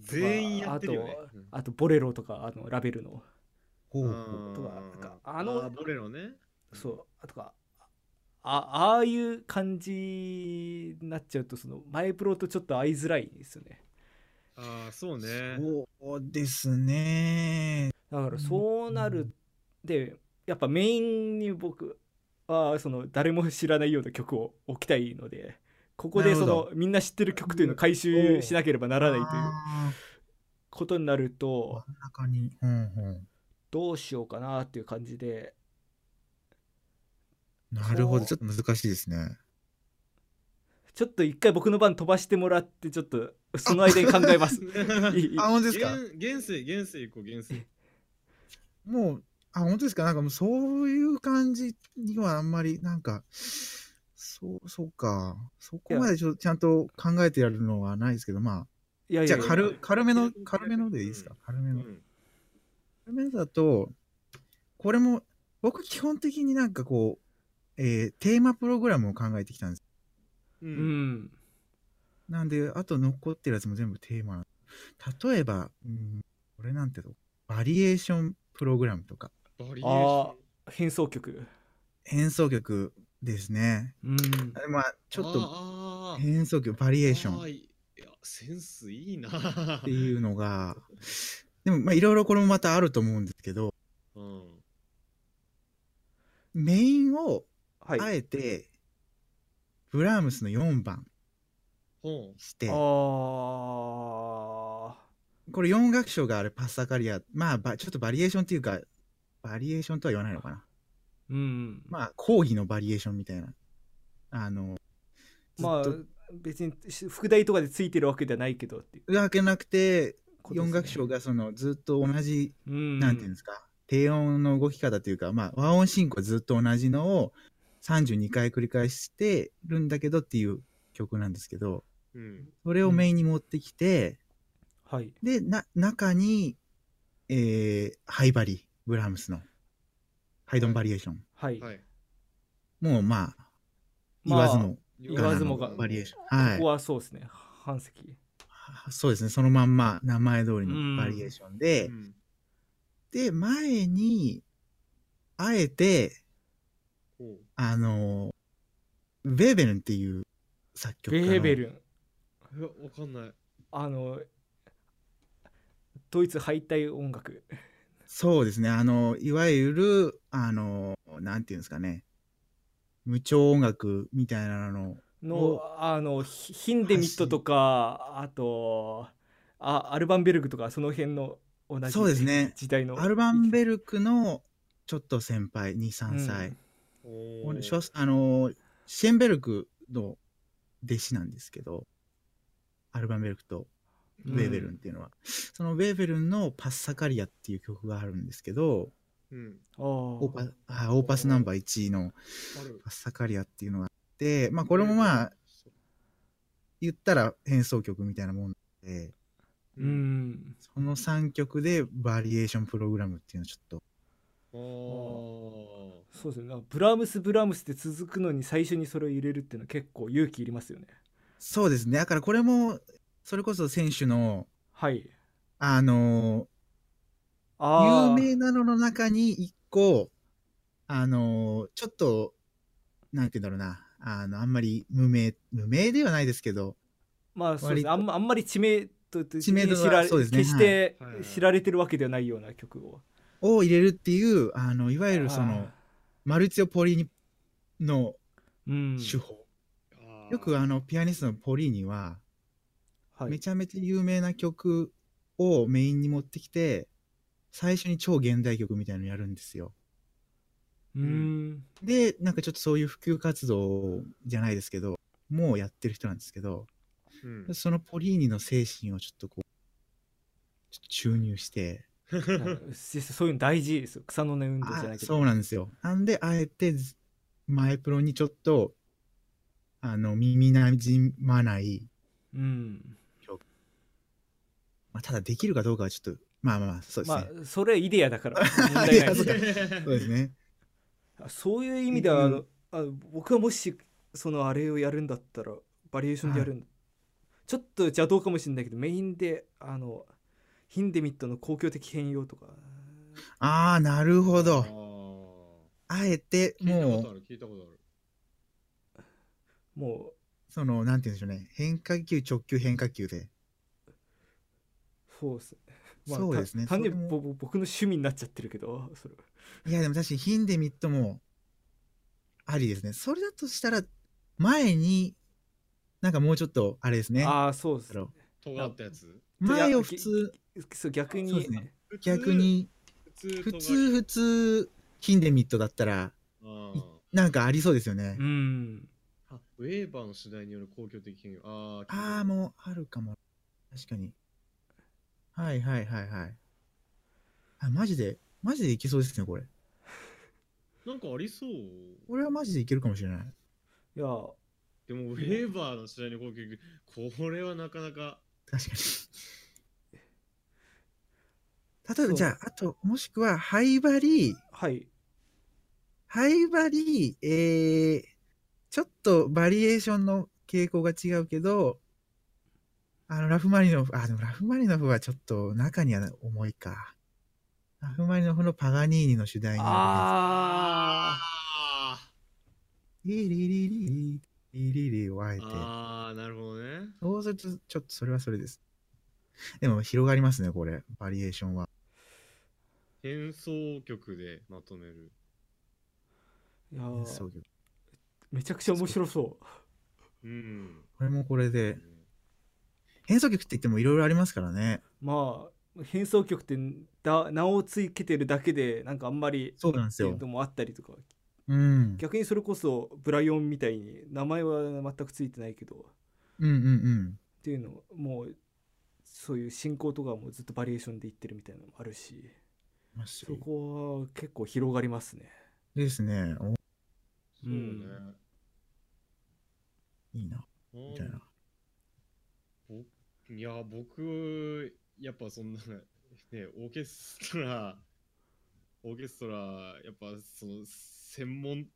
全員やってるよね。
あと「ボレロ」とかあのラベルの
ほ
う
うんほう。
とかなんかあの
ーボレロね。
そうあとかあああいう感じになっちゃうとその前プロとちょっと合いづらいですよね
ああ、そうね。
そうですね。
だからそうなる、でやっぱメインに僕はその誰も知らないような曲を置きたいのでここでそ
なるほ
のみんな知ってる曲というのを回収しなければならないという
あ
ことになる
ー
と
真ん中に。うんうん。
どうしようかなっていう感じで
なるほ
こ
ど。
う
ちょっと難しいですね。
ちょっと一回僕の番飛ばしてもらってちょっとその間に考えます
(laughs)
(laughs)
いいいい
あ、本当ですか
元元帥、元帥行こう、元帥。
もう、あ、本当ですかなんかもうそういう感じにはあんまり、なんか、そう、そうか。そこまでちょちゃんと考えてやるのはないですけど、ま
いや
あ。
い
じ
や
ゃ
い
あ
や
軽、軽めの、軽めのでいいですか軽め
う
の。
ん。
軽めのだと、これも、僕基本的になんかこう、えーテーマプログラムを考えてきたんです。
う。
うんん
なんで、あと残ってるやつも全部テーマな。例えば、うん、これなんてどうバリエーションプログラムとか、
バリエーショ
あ
ン。
ー変奏曲
演奏曲ですね。
うん
あまあ、ちょっと、
あー、
変奏曲バリエーション
あ
っ
ーいや、センスいいな。
ていうのが、でも、まあ、いろいろこれもまたあると思うんですけど、
(laughs) うん。
メインを
はい
あえて、ブラームスの4番
ほ
して、
ああ
これ4楽章があるパッサカリア、まあ、ばちょっとバリエーションっていうか、バリエーションとは言わないのかな。
うんま
まあ、講義のバリエーションみたいな。あの、
あ
ずっと
別に副題とかでついてるわけではないけどっていう
がけなくて、
ことですね
4楽章がそのずっと同じ、
うん
なんていうんですか、低音の動き方というか、まあ、和音進行ずっと同じのを32回繰り返してるんだけどっていう曲なんですけど、
う。うん。
それをメインに持ってきて、
はい
で、な、中に、えー、ハイバリ、ブラームスの、ハイドンバリエーション。
はい、
はい。
もう、まあ、言
まあ
わずも、
言わずもが
バリエーション。
ここ
はい。
はそうですね半石
そうですね、そのまんま、名前通りのバリエーションで、
うん
で、前に、あえて、
ほう
あのー、ベーベルンっていう作曲
ベ
家の
ーベルン
いや、わかんない。
あのドイツ敗退音楽
そうですね。あの、いわゆる、あの、なんていうんですかね。無調音楽みたいなの。
の
お
あのヒヒンデミットとかあとあアルバンベルグとかその辺の同じ
そうですね
時代の
アルバンベルクのちょっと先輩、2、3
う
歳
ん。
ほ
これ
う
ショスあの、シェンベルクの弟子なんですけど、アルバンベルクとウェーベルンっていうのは。そのウェーベルンのパッサカリアっていう曲があるんですけど、
うん。
あー
オーパあオーパスナンバー1の
ある。
パッサカリアっていうのがあって、まあこれもまあ、言ったら変奏曲みたいなもんで、
う。ん
その3曲でバリエーションプログラムっていうのをちょっと、
あー
そうですねなんかブラームスブラームスって続くのに最初にそれを入れるっていうのは結構勇気いりますよね
そうですね。だからこれも、それこそ選手の、
はい
あの
あ
有
あ
名なのの中に1個、あのちょっと、なんて言うんだろうな、あの、あんまり無名、無名ではないですけど、
まあそうですね
割と
あんまあんまり知名度と
知名度は
知られ
そうですね
決して
はいはい
知られてるわけではないような曲を
を入れるっていう、あの、いわゆるそ
あ
の
ー、
マルチオ・ポリーニの
うん
手法。
あー
よくあの、ピアニストのポリーニは、
はい
めちゃめちゃ有名な曲をメインに持ってきて、最初に超現代曲みたいなのやるんですよ。
うん
で、なんかちょっとそういう普及活動じゃないですけど、もうやってる人なんですけど、
うん
そのポリーニの精神をちょっとこう、ちょっと注入して、
はい実際そういうの大事ですよ草の根運動じゃ
あ
ないけど
そうなんですよ。なんで、あえて、ず前プロにちょっと、あの、耳なじまない、
うん
まあ、ただできるかどうかはちょっと、まあまあまあ、そうです
ま
ね。
あそれイデアだから
(laughs)
問題ないで
あそ
す
うかそうですね。
あそういう意味では、
うん
あのあの僕はもしそのあれをやるんだったらバリエーションでやるんだ、ちょっと邪道かもしれないけどメインであのヒンデミットの公共的変容とか
ああ、なるほ
あ
ど。
ー
あえて、
聞いたことあ
もう、
る聞いたことある
も
その、なんて言うんでしょうね。変化球、直球、変化球で。
うそうですね、 (laughs)
そうですね
た単に
それも
ぼぼ僕の趣味になっちゃってるけどそれはい
や、でも確かにヒンデミットも、ありですね。それだとしたら、前に、なんかもうちょっと、あれですね。
ああそうです
あの
尖ったやつ
前を普通、
そう逆
そう
に
ですね逆に、普
普
通、
通
普通、ヒンデミットだったら、
あ
なんかありそうですよね。
うん
ーあウェーバーの次第による公共的権利あー聞いた
ああ、もうあるかも。確かに。はいはいはいはい。あ、マジで、マジでいけそうですね、これ。
なんかありそう
これはマジでいけるかもしれない。
いや
でもウェーバーの次第に公共的これはなかなか
確かに。例え
そ
ば、
う
じゃあ、あと、もしくは、ハイバリ、
はい
ハイバリ、えー、ちょっとバリエーションの傾向が違うけど、あの、ラフマリノフ、あ、でもラフマリノフはちょっと中には重いか。ラフマリノフのパガニーニの主題にある
あ
あ
リリリリリリリリをあえ
ー
て。
あーなるほどね
そうすると、ちょっとそれはそれです。でも広がりますね、これ。バリエーションは。
変奏曲でまとめる
ーいや
演
ー
奏曲
めちゃくちゃ面白そう
うん
これもこれで。演奏曲って言ってもいろいろありますからね。
まあ変奏曲ってだ名をつけてるだけでなんかあんまり
そうなんで
っ
す
てい
よ
う。のもあったりとか
うん。
逆にそれこそブライオンみたいに名前は全くついてないけどっ
うんうん
ていうのもうそういう進行とかもずっとバリエーションでいってるみたいなのもあるし
うん。
そこは結構広がりますね。
ですね。お
そうね
いいな、みたいな。 (laughs)
僕いや僕やっぱそんなねオーケストラオーケストラやっぱその専門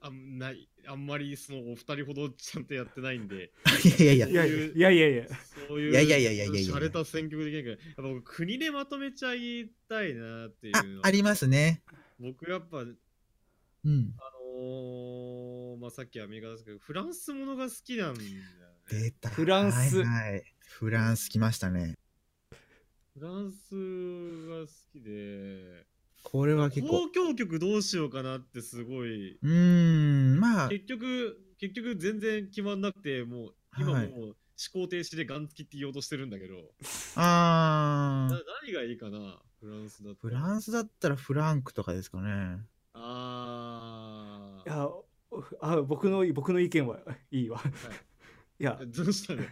あんないあんまりそのお二人ほどちゃんとやってないんで
いやいやい
いや
や。
いやいやいや
そういう
いやいやいやいやいやいや
洒落た選曲できないからやっぱ僕国でまとめちゃいたいなっていう
あ
の、は
ありますね。
僕やっぱ
うん。
あのーまあ、さっきアメリカですけど、フランスものが好きなんだよね。
出た。
フランス
はい、はい。フランス来ましたね。
フランスが好きで、
これは結構。
交響曲どうしようかなってすごい、
うーん、まあ、
結局、結局全然決まんなくて、もう、今も
は
う
い
思考停止でガン付きって言おうとしてるんだけど、
あ
な
ー。
何がいいかな、フランスだと。
フランスだったらフランクとかですかね。
あー。
ああ僕の僕の意見はいいわ。いや
どう
(laughs)
したの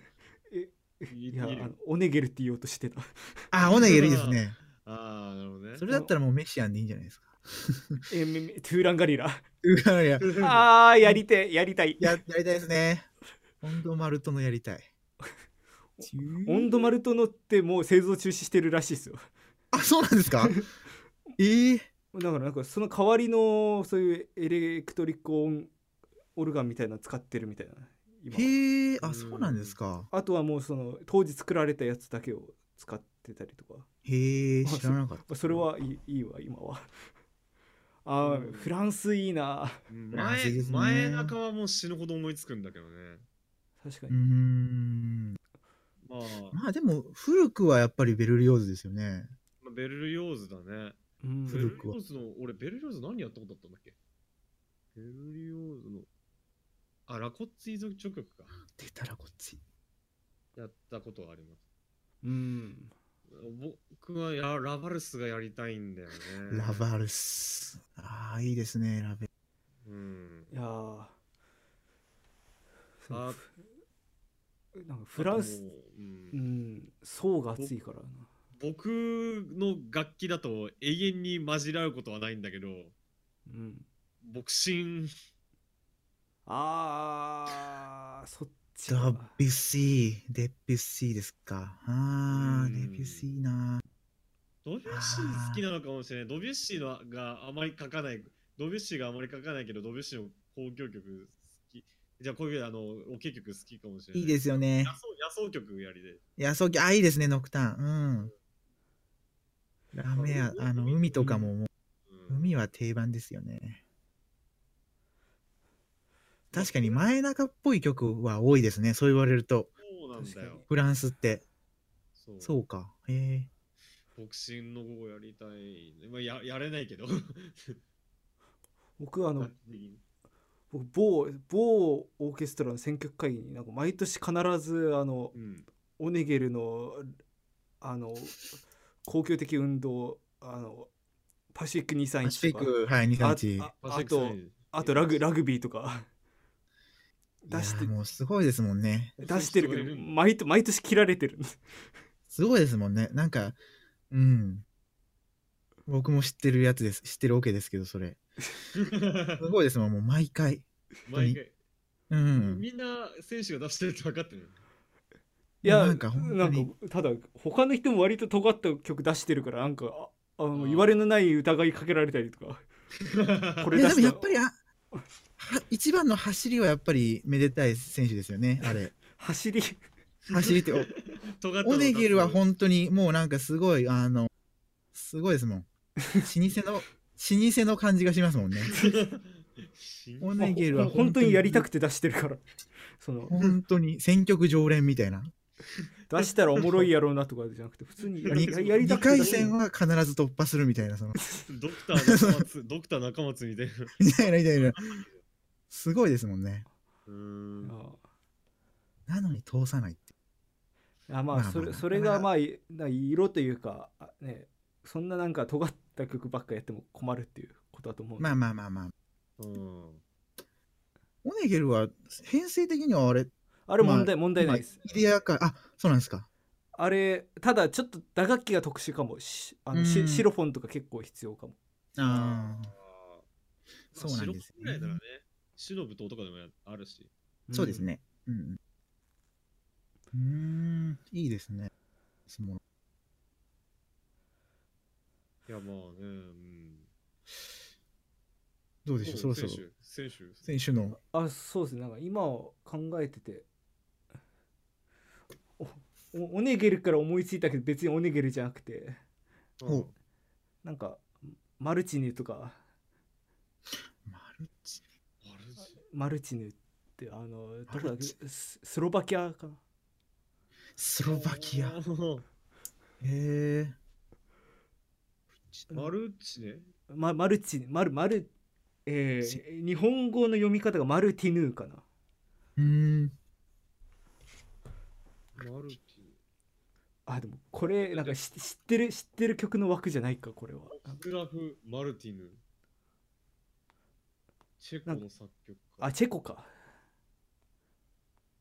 え
い
いやあ
いい
のオネゲルって言おうとしてた。
あ、オネゲルいいですね。
あー、なるほどね。(laughs)
それだったらもうメシアンでいいんじゃないですか。
えめめトゥーランガリラ。
うわいや、
ああやりてえやりたい。
ややりたいですね。オンドマルトのやり (laughs) たい。
オンドマルトのってもう製造中止してるらしいですよ
あ、そうなんですかえー、
だからなんかその代わりのそういうエレクトリックオンオルガンみたいなの使ってるみたいな今
へえ、あ、そうなんですか。
あとはもうその当時作られたやつだけを使ってたりとか
へえ、
あそう
知らなかった。
それはいいいいわ今はあー、
うん
フランスいいな
うん
フランス
前
いいですね
前中はもう死ぬほど思いつくんだけどね。
確か
うー
に、
ん。
まあ、
まあでも、古くはやっぱりベルリオーズですよね。
まあベルリオーズだね。
うん
ベル
古
リ
くは
オーズの、俺ベルリオーズ何やったことあったんだっけベルリオーズの、あ、ラコッツィ族直曲か。
出たらこっち。
やったことはあります。
うん
僕はやラバルスがやりたいんだよね。
ラバルス。ああ、いいですね、ラベル
うん。
いやーその
あ
なんかフランス
あともうう
うんん層が厚いからな
僕の楽器だと永遠に混じり合うことはないんだけど、
うん、
ボクシン、
あーそっち
デ
か
ビュッシー、デビュッシーですか。あ
う
あ、
ん
デビュッシーな。
ドビュッシー好きなのかもしれない。ドビュッシーのがあまり書かない、ドビュッシーがあまり書かないけど、ドビュッシーの交響曲好き。じゃあ、こういうあの、ロケ曲好きかもしれない。
いいですよね
野。草野草曲やりで。
いや、そう、あ、いいですね、ノクターン。うん。ラメや、あの、海とかももう、海は定番ですよね。確かに前中っぽい曲は多いですね、そう言われると。
そうなんだよ。
フランスって。
そう
そうか。へえ。
ボクシングの午後やりたい。まあ、ややれないけど。
僕あの
楽器的に
僕某某オーケストラの選曲会議になんか毎年必ずあの
うん。
オネゲルのあの公共的運動あのパシフィック
パシ
231と
フィッ
か
ク、はい、231。
あああとあとラグラグビーとか出し
い
て
やーもうすごいですもんね。
出してるけ
そういう人が
ど毎
いるんだ
年毎年切られてる
すごいですもんね。なんか、うん。僕も知ってるやつです。知ってるオ、ケですけど、それ。すごいですもん、もう毎回。
(laughs) 毎回、
うん。
みんな選手が出してるって分かってる。
いや
な
なんん
か
か
本当に
ただ他の人も割と尖った曲出してるからなんかああ
あ
の
ー
言われのない疑いかけられたりと
(laughs)
か
(laughs)
こ
え
れ
で
出
も
し
や
た
っぱりあ、は一番の走りはやっぱりめでたい選手ですよね、あれ。
走り
走りって、お
尖ったの
オネギルは
出す
本当にもうなんかすごい、あの、すごいですもん。老舗の、老舗 (laughs) の感じがしますもんね。
(laughs) 死
オネギルは
ほ本当にやりたくて出してるからその
本当に選曲常連みたいな。
出したらおもろいやろうなとかじゃなくて普通に
(laughs)
やりやりやり
2
たくて
回
出してる
戦は必ず突破するみたいな、
(laughs)
その、
ドクター中松、 (laughs) ドクター中松みたいな。
みたいな、みたいな。すごいですもんね。
うーん。
あ
なのに通さないって。
ああま
まあ
あ
まあ
それ
なかなか
それがまあいな色というかあねそんななんか尖った曲ばっかやっても困るっていうことだと思う
まあまあまあまあ。
うん
オネゲルは、編成的にはあれ、
あれ問
ま
題問題ないです
イデアか、あ、そうなんですか。
あれただちょっと打楽器が特殊かもしあの
うん
シシロフォンとか結構必要かも
ああ。
まあ
そうなんです
白
ね
くぐらいならね、忍ぶととかでもやあるし。
そうです
ね
ね。うん。うーん、いいですね。その
いや、まあね、うん。
どうでしょう、そろそろ。
選手、選手。
選手の。
あそうですねなんか今を考えてておおオネゲルから思いついたけど別にオネゲルじゃなくて
お
うん
なんかマルチヌとか
マ
あ
ル
れ
マルチヌってあのどこだ
マ
っ
ルチ
けススロバキアかな
スロバキア。へえ。
マルチね。
ま、マルチヌマルマルえー、日本語の読み方がマルティヌーかな
うーん。
マルチ。
あでもこれなんかし知ってる知ってる曲の枠じゃないかこれは
グラフ・マルティヌ。チェコの作曲家。
あチェコか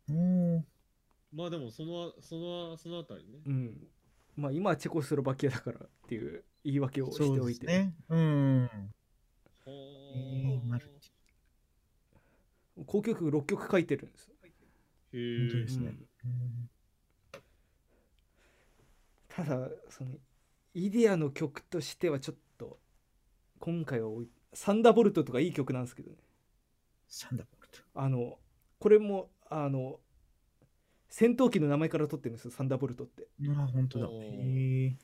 おー
まあでもその、その、そのあたりね。
うんまあ今はチェコスロバキアだからっていう言い訳をして
そう
お
で
い
す
て、
ね。うん。
は
えー、マルチ。
交響曲6曲書いてるんです
へ
本当
ー
ですねうん
ただそのイデアの曲としてはちょっと今回は多いサンダーボルトとかいい曲なんですけどね
サンダーボルト。
あのこれもあの戦闘機の名前から取ってるんですよサンダーボルトって
ああ、本当だ。
おー
へえ。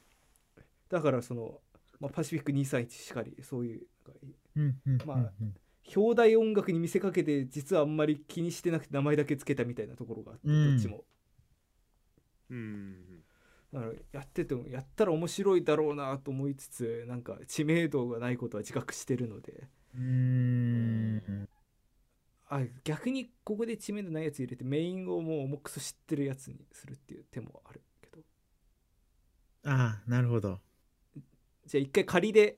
だからその、まあ、パシフィック231しかりそういうなんか
うんうんうんうん。
まあ表題音楽に見せかけて実はあんまり気にしてなくて名前だけつけたみたいなところがあって
うん
どっちも、
うん。
だからやっててもやったら面白いだろうなと思いつつなんか知名度がないことは自覚してるので
うーん。
あ逆にここで知名度ないやつ入れてメインをもう重くそ知ってるやつにするっていう手もあるけど
ああ、なるほど。
じゃあ一回仮で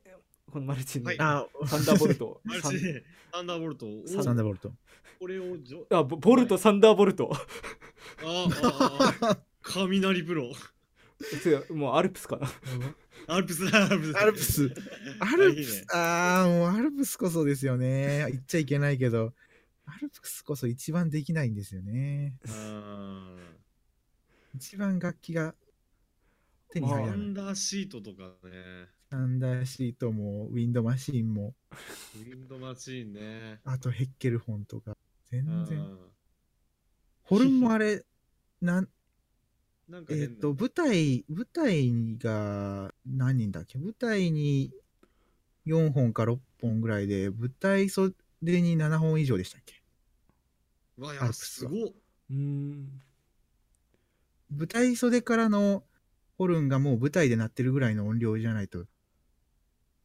このマルチの
はい
サ
ああ、
ンダーボルトを、
(laughs) マル
サン
チね。サンダーボルト。お
サ
サンダーボルト。
これをじょ、
あボボルトサンダーボルト
(laughs)
ああああ、ああ雷プロ。
そうもうアルプスかな
アルプスだアルプス
アルプスアルプス、ああ、もうアルプスこそですよね。言っちゃいけないけど、アルプスこそ一番できないんですよね。
あいいねうん
一番楽器が手に入
ア
らない
ン。ダーシートとかね
サンダーシートも、ウィンドマシーンも、
ウィンドマシーンね
あとヘッケルホンとか、全
う
然。
ん
ホルンもあれ、なん、
なんか
え
変
っ、
な
と、舞台、舞台が何人だっけ舞台に4本か6本ぐらいで、舞台袖に7本以上でしたっけ
うわ
アル
や
プス
す
は
ごっ
うーん
舞台袖からのホルンがもう舞台で鳴ってるぐらいの音量じゃないと、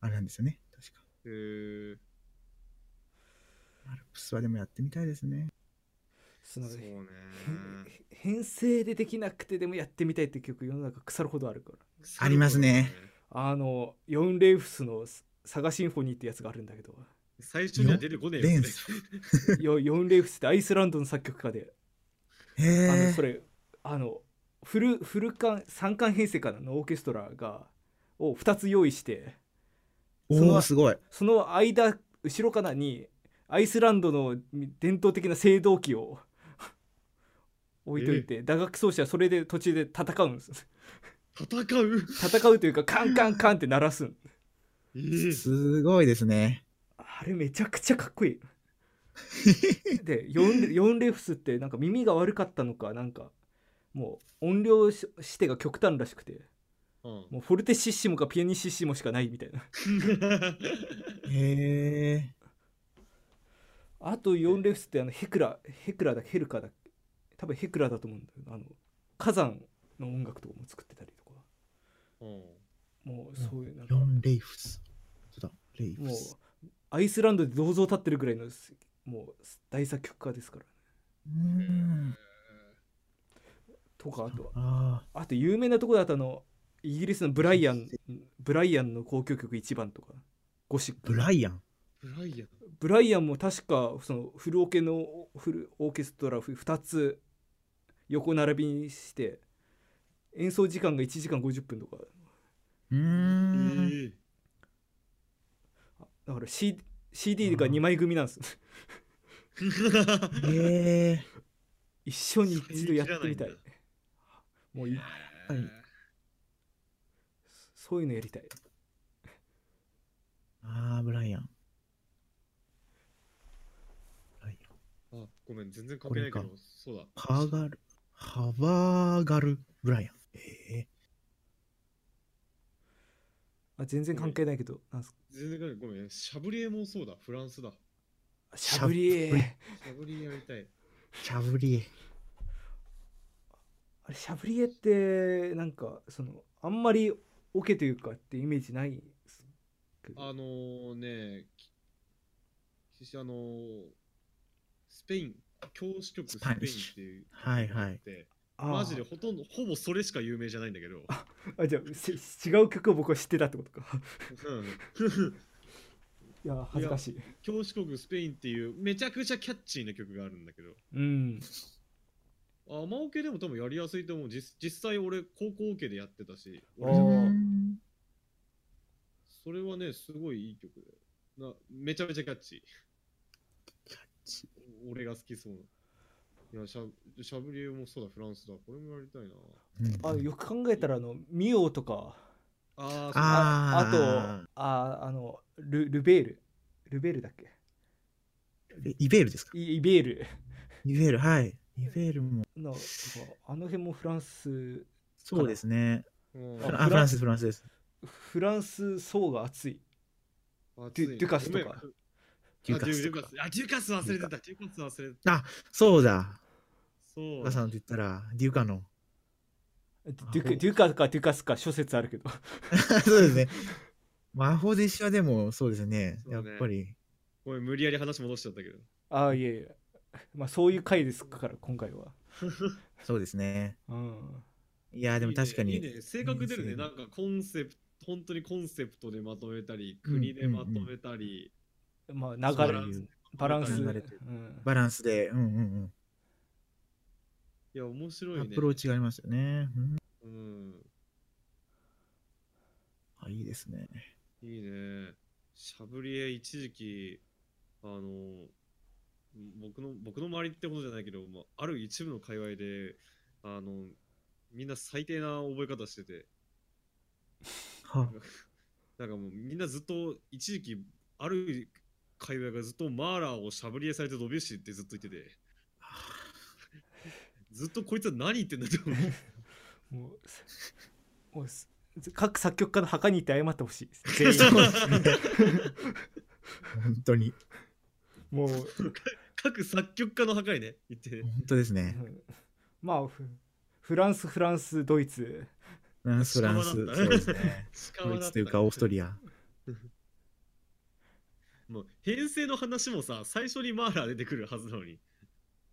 あれなんですよね。確か。
へー
アルプスはでもやってみたいですね。
そ
そ
の
うね
へ編成でできなくてでもやってみたいって曲世の中腐るほどあるから
ありますね
あのヨン・レイフスの「サガシンフォニー」ってやつがあるんだけど
最初には出てこねえ
レ
よ
ン
ね
ス。
ヨヨン・レイフスってアイスランドの作曲家で
へ
あの
え
そ。れあのフルフル巻3巻編成かなのオーケストラがを2つ用意してそ
お
の
お、すごい。
その間後ろかなにアイスランドの伝統的な青銅器を置いといて、打楽奏者はそれで途中で戦うんです
戦う
戦うというかカンカンカンって鳴らすん
えー
すごいですね。
あれめちゃくちゃかっこいいでヨンヨンレフスってなんか耳が悪かったのかなんかもう音量ししてが極端らしくて
うん
も
(laughs)
うフォルテシッシモかピアニッシッシモしかないみたいな
へえ。
あと4レフスってあのヘクラヘクラだヘルカだ多分ヘクラだと思うんだけどあの火山の音楽とかも作ってたりとか
うん
もうそういうなんか
ロ
も
ン・レイフス。そうだ、レイフ
う
ス。
アイスランドで銅像立ってるぐらいのもう大作曲家ですから
うーん。
とかあと
あ
あと有名なとこだとあのイギリスのブライアンブライアンの交響曲1番とかゴシッ
あ、ブ
ク
ライアン。
ブライアン
ブライアンも確かそのフルオケのフルオーケストラ2つ横並びにして演奏時間が1時間50分とか
うーん。
えー
だから C CD が2枚組なんです
(laughs)
へえ。
一緒に一度やってみたい
それ切らないんだ
もうい
ぱり
そういうのやりたい
ああ、ブライアン。ブライアン
あごめん全然関係ないけ
これ
どそうだ
パーガル。ハバーガル・ブライアン。ええ。
あ全然関係ないけどなんすか
全然関係ないごめんシャブリエもそうだフランスだ
しゃぶり
しゃぶり
ー
シャブリエやりたい
しゃぶり。
あれしゃぶりえってなんかそのあんまりオケというかってイメージないですけど
あのね、ききあのースペイン、教師局スペインっていう。
はいはい。
で
あー
マジでほとんど、ほぼそれしか有名じゃないんだけど。
あじゃあせ違う曲を僕は知ってたってことか (laughs)
うん (laughs)
いや恥ずかしい
教師国スペインっていうめちゃくちゃキャッチーな曲があるんだけど。
うん
あマオケでも多分やりやすいと思う。実実際俺、高校オケでやってたし、
あー
うん
それはね、すごいいい曲だよ。なめちゃめちゃキャッチー。
キャッチ
俺が好きそうな。いや、しゃしゃぶりえもそうだ、フランスだ。これもやりたいな。
あよく考えたらあのミオとか
あー
あ
あ
ー
あとああのルルベールルベールだっけ
えイベールですか
イイベール
イベール、はい。イベールも。
のとかあの辺もフランス
そうですね。
うん
あ
あ、
フ
フ
ラ
ラ
ン
ン
ス
ス、フランスです。
フランス層が厚い
あ
デュ
ついに
デュカスとか
ごめんあ
デ
デ
ュカス
ュ
と
カ
か
ス。あ、デュカス忘れてた。デュカス忘れてた。
そうだ。
そ
お
う
母さんって言ったら、デュカの。
デュ
あほ
デ
う
ュカかデュカスか諸説あるけど (laughs)
そうですね。魔法弟子はでも、そうですね。
そ
や
う
っ
ね
ぱり。
ごめん、無理やり話戻しちゃったけど。
ああいえいえまあそういう回ですから今回は
そうですね。
うん
いやー、でも
いいね
確かに。
いいね、性格出るね。
先生
なんかコンセプト、本当にコンセプトでまとめたり、
うん
国でまとめたり。
まあ
そう
流れ
いう
バランス
流れてる
うん
バランスで、うんうん
いや、面白
うん。
い
ア
ね。
プローチがありますよね。うん
うん。
あいいですね。
いいね。しゃぶりえ一時期、あの、僕の、僕の周りってことじゃないけど、まあ、ある一部の界隈で、あの、みんな最低な覚え方してて、 (laughs)
は
なんかもうみんなずっと、一時期、ある界隈がずっとマーラーをしゃぶりえされてドビュッシーってずっと言って
(laughs)
て、ずっとこいつは何言ってんだって
(laughs)
思う。
もうもうす各作曲家の墓に行って謝ってほしいです全員
そう
本当に。
もう、
各作曲家の破壊ね、言って
本。当ですね。
まあフフランスフランスドイツ
フランス、フランス。そ
そう
う
なんだ
ですね。
鹿
ド
は
イ
だっ
ツ
た
というか、オーストリア。
もう編成の話もさ、最初にマーラー出てくるはずなのに。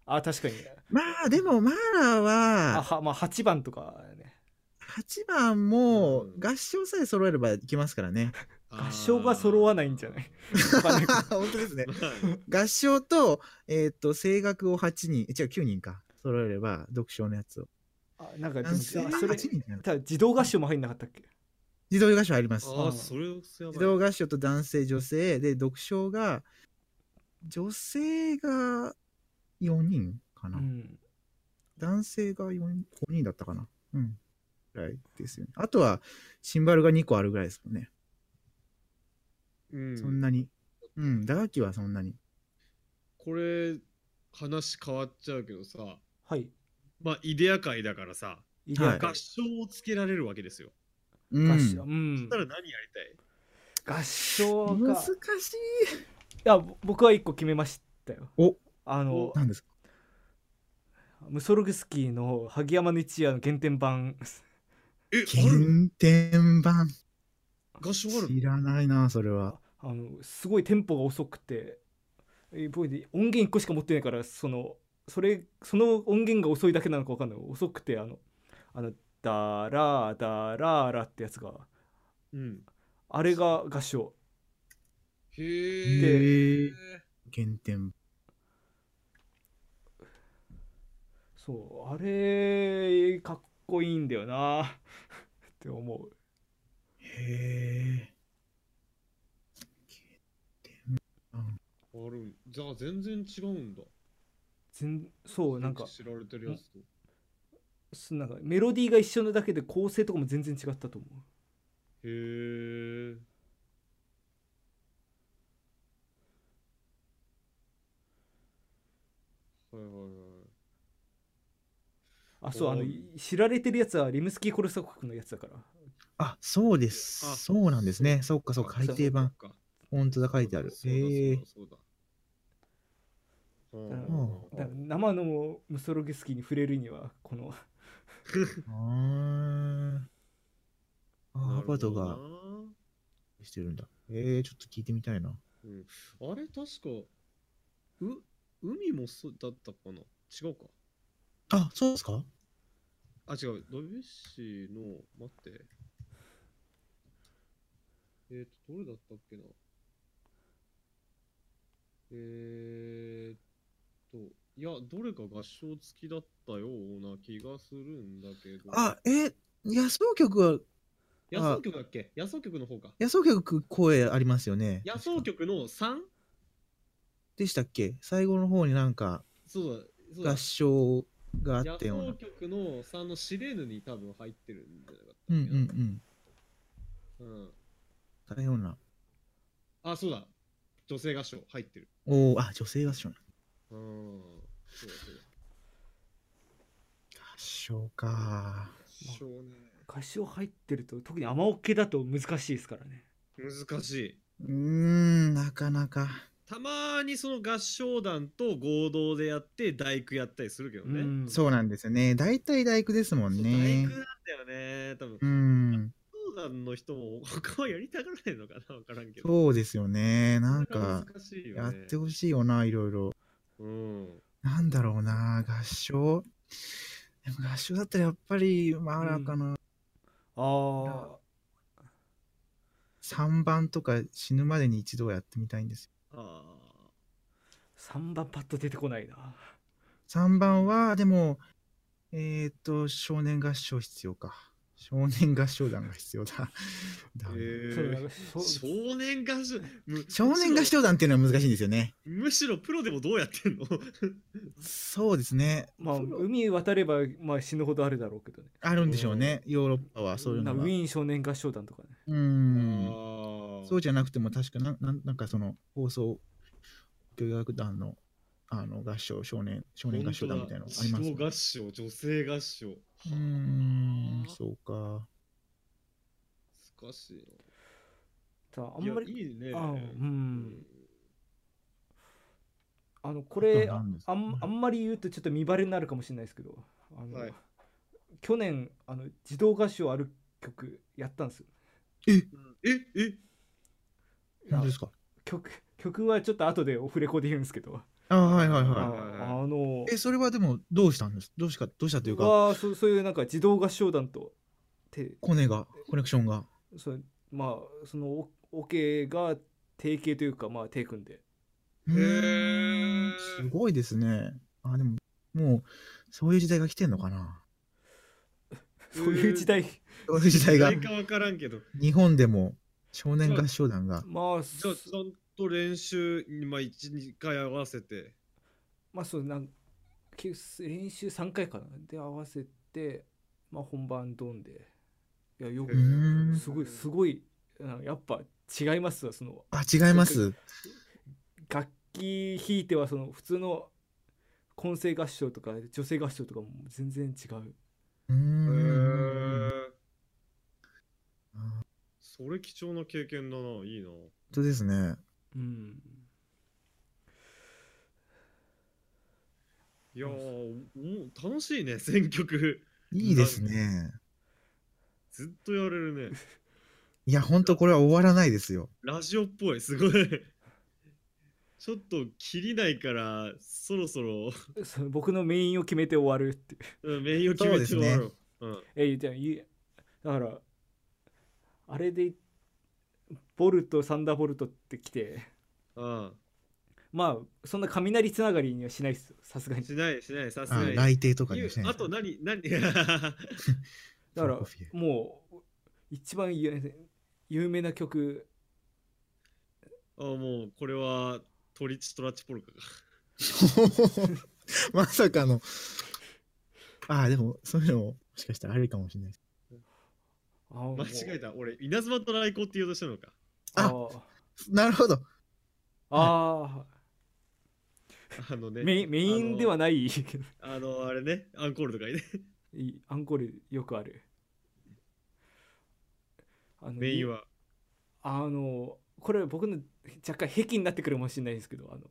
あ確かに
まあ、でも、マーラー
あ
は、
は、まあ、8番とかね
8番も
うん
合唱さえ揃えればいきますからね。
合唱が揃わないんじゃないわかんないけど
本当ですね
あ。ー
合唱と、えーっと、声楽を8人、え違う、9人か。揃えれば、読書のやつを。
あ (laughs) なんかで
あ
も
それ
あそれ
8人じゃない
ただ児童合唱も入んなかったっけ
児童合唱あります。
あー、それそれやばい
児童合唱と男性、女性で、読書が、女性が4人か
う
な。
ん
男性が4人、5人だったかな。うん。ぐらいですよね。あとは、シンバルが2個あるぐらいですもんね。
うん
そんなに。うん、打楽器はそんなに。
これ、話変わっちゃうけどさ、
はい
まあ、イデア界だからさ、
イデア
はい
会
合唱をつけられるわけですよ。
う
合
ん
唱、うん
そしたら何やりたい
合唱
難
が
しい。
いやぼ僕は一個決めましたよ
お
あの
なんですか
ムソルグスキーの萩山の一夜の原点版
え、ある
原点版。
合唱ある
知らないな、それは。
あのすごいテンポが遅くてえ僕ね音源1個しか持ってないからそのそれその音源が遅いだけなのか分かんない遅くてあのあのダラーダラーラってやつが
うん。
あれが合唱
へ
で
え。
原点
そうあれかっこいいんだよなって思う
へえ。
ある。じゃあ、全然違うんだ。
全そうなんか
知られてるやつと。
すなんかメロディーが一緒なだけで構成とかも全然違ったと思
へえ。はいはいはい。
うあそうあの
お
い知られてるやつはリムスキー・コルサコフのやつだから
あ、そうです
あ。
そうなんですね。そっかそっか。
そう
改訂版。
そっか
本当だ、書いてある。へえ。
そうだそう
だ
だ
か
そう
ら
だ
だから生のムソロゲスキーに触れるにはこの
あーあー。
なる
ハーバ
ほ
ード
どな
がしてるんだ。ええ、ちょっと聞いてみたいな。
あれ、確か、う、海もそうだったかな違うか。
あ、そうですか
あ、違う。ドビュッシーの、待って。えっ、と、どれだったっけなえー、っと、いや、どれか合唱付きだったような気がするんだけど。
あ、、えー、野草曲は、
野草曲だっけ野草曲の方か。
野草曲声ありますよね。
野草曲の 3?
でしたっけ最後の方になんか
そうだ、そうだ
合。唱があ
野
ったような
草。曲の3のシレーヌに多分入ってるんじゃなかっ
う
た
ん
っ
うん
けな
う
う
ん。
ん。
だような。
あ、そうだ。女性合唱入ってる。
おお、あ、女性合唱な。
うん。そうだそうだ。
合唱か。
合唱ね。
歌詞を入ってると特に雨桶だと難しいですからね
難しい。
うーん、なかなか。
たまにその合唱団と合同でやって大工やったりするけどね。
うん
そうなんですよね。大体大工ですも
そ
ん
う
ね
大工。なんだよね。多分
う、ん。
合唱団の人も他はやりたがらないのかなわからんけど。
そうですよね。なんか、
難しいよ
やっ
ね。
てほしいよな、いろいろ。
うん。
なんだろうな、合唱。でも合唱だったらやっぱり、マーラーかな。
あ
3番とか死ぬまでに一度はやってみたいんですよ。
ああ。
あ3番パッと出てこないな
3番は、でも、えーっと、少年合唱必要か。少年合唱団が必要だ。だ
え
それ
ー、
そ
少年合唱む
少年合唱団っていうのは難しいんですよね。
むしろプロでもどうやってんの
そうですね。
まあ海渡れば、まあ、死ぬほどあるだろうけどね
あるんでしょうね。ヨーロッパはそういう
な
の
ウ
が。
ィーン少年合唱団とかね
う
あ
ん。
ー
そうじゃなくても確かななんなんかその放送教育楽団のあの合唱少年少年合唱団みたいなのありま
本
す
当
よ
だ
ね。
合唱、女性合唱。
うーんそうか。
難しい
ただあ
な。
んまり
いやいいね。
あう
うん
あのこ
あ
れ
とは何ですか
あんあんまり言うとちょっと見バレになるかもしれないですけどあの、
はい
去年あの自動合唱ある曲やったんですよ
ええ
いや
何ですか
曲曲はちょっと後でオフレコで言うんですけど、
あはいはい
あ
は
はい
あの
い。えそれはでもどうしたんですどうしたどうしたというか
はそうそういうなんか自動合唱団とて
コネがコネクションが。
そうまあそのオオケが提携というかまあ手組んで
うーん
へー
すごいですね。あでももうそういう時代が来てんのかな。
そういう時
(laughs)
代、
そういう時代
え
が
誰かわからんけど。
日本でも少年合唱団が。
まあ
じゃあ、ちゃんと練習に、まあ、1、2回合わせて。
まあそうなんけ練習3回かなで合わせて、まあ、本番ドンでいやよ
う
く
ーん
すごいすごいうんやっぱ違いますわその
あ違います。
楽器弾いてはその普通の混声合唱とか女性合唱とかも全然違う
へ
うーん。
ーそれ貴重な経験だな、いいな。
本当ですね。
うん
いやー、お楽しいね、選曲。
いいですね。
ずっとやれるね。
いや、ほんとこれは終わらないですよ。
ラジオっぽい、すごい。ちょっと切りないから、そろそろ
その僕のメインを決めて終わるっていう
うんメインを決めて終わろう。うん
えじゃあいいだからあれでボルトサンダーボルトって来て
あ
まあそんな雷つながりにはしないですよさすが
あ
に
しないしないさす
あ
がに。
内定とかにはしない
あと何何 (laughs)
だから
コフィエ
もう一番有有名な曲
あもうこれはトリチトラチポ
(laughs)
ルカか。
(laughs) まさかの。ああ、でも、そういうのも、もしかしたらあるかもしれないです。
あもう
間違えた。俺、稲妻と来航って言おうとしたのか。 (laughs)
あ
あなるほど。
あ
あのね。
ーメインメインでは
な
ない (laughs) けど
あの、あれね、アンコールとかにね。
いいアンコールよくあるあの
メインは。
あのこれ僕の若干癖になってくるかもしれないですけどあの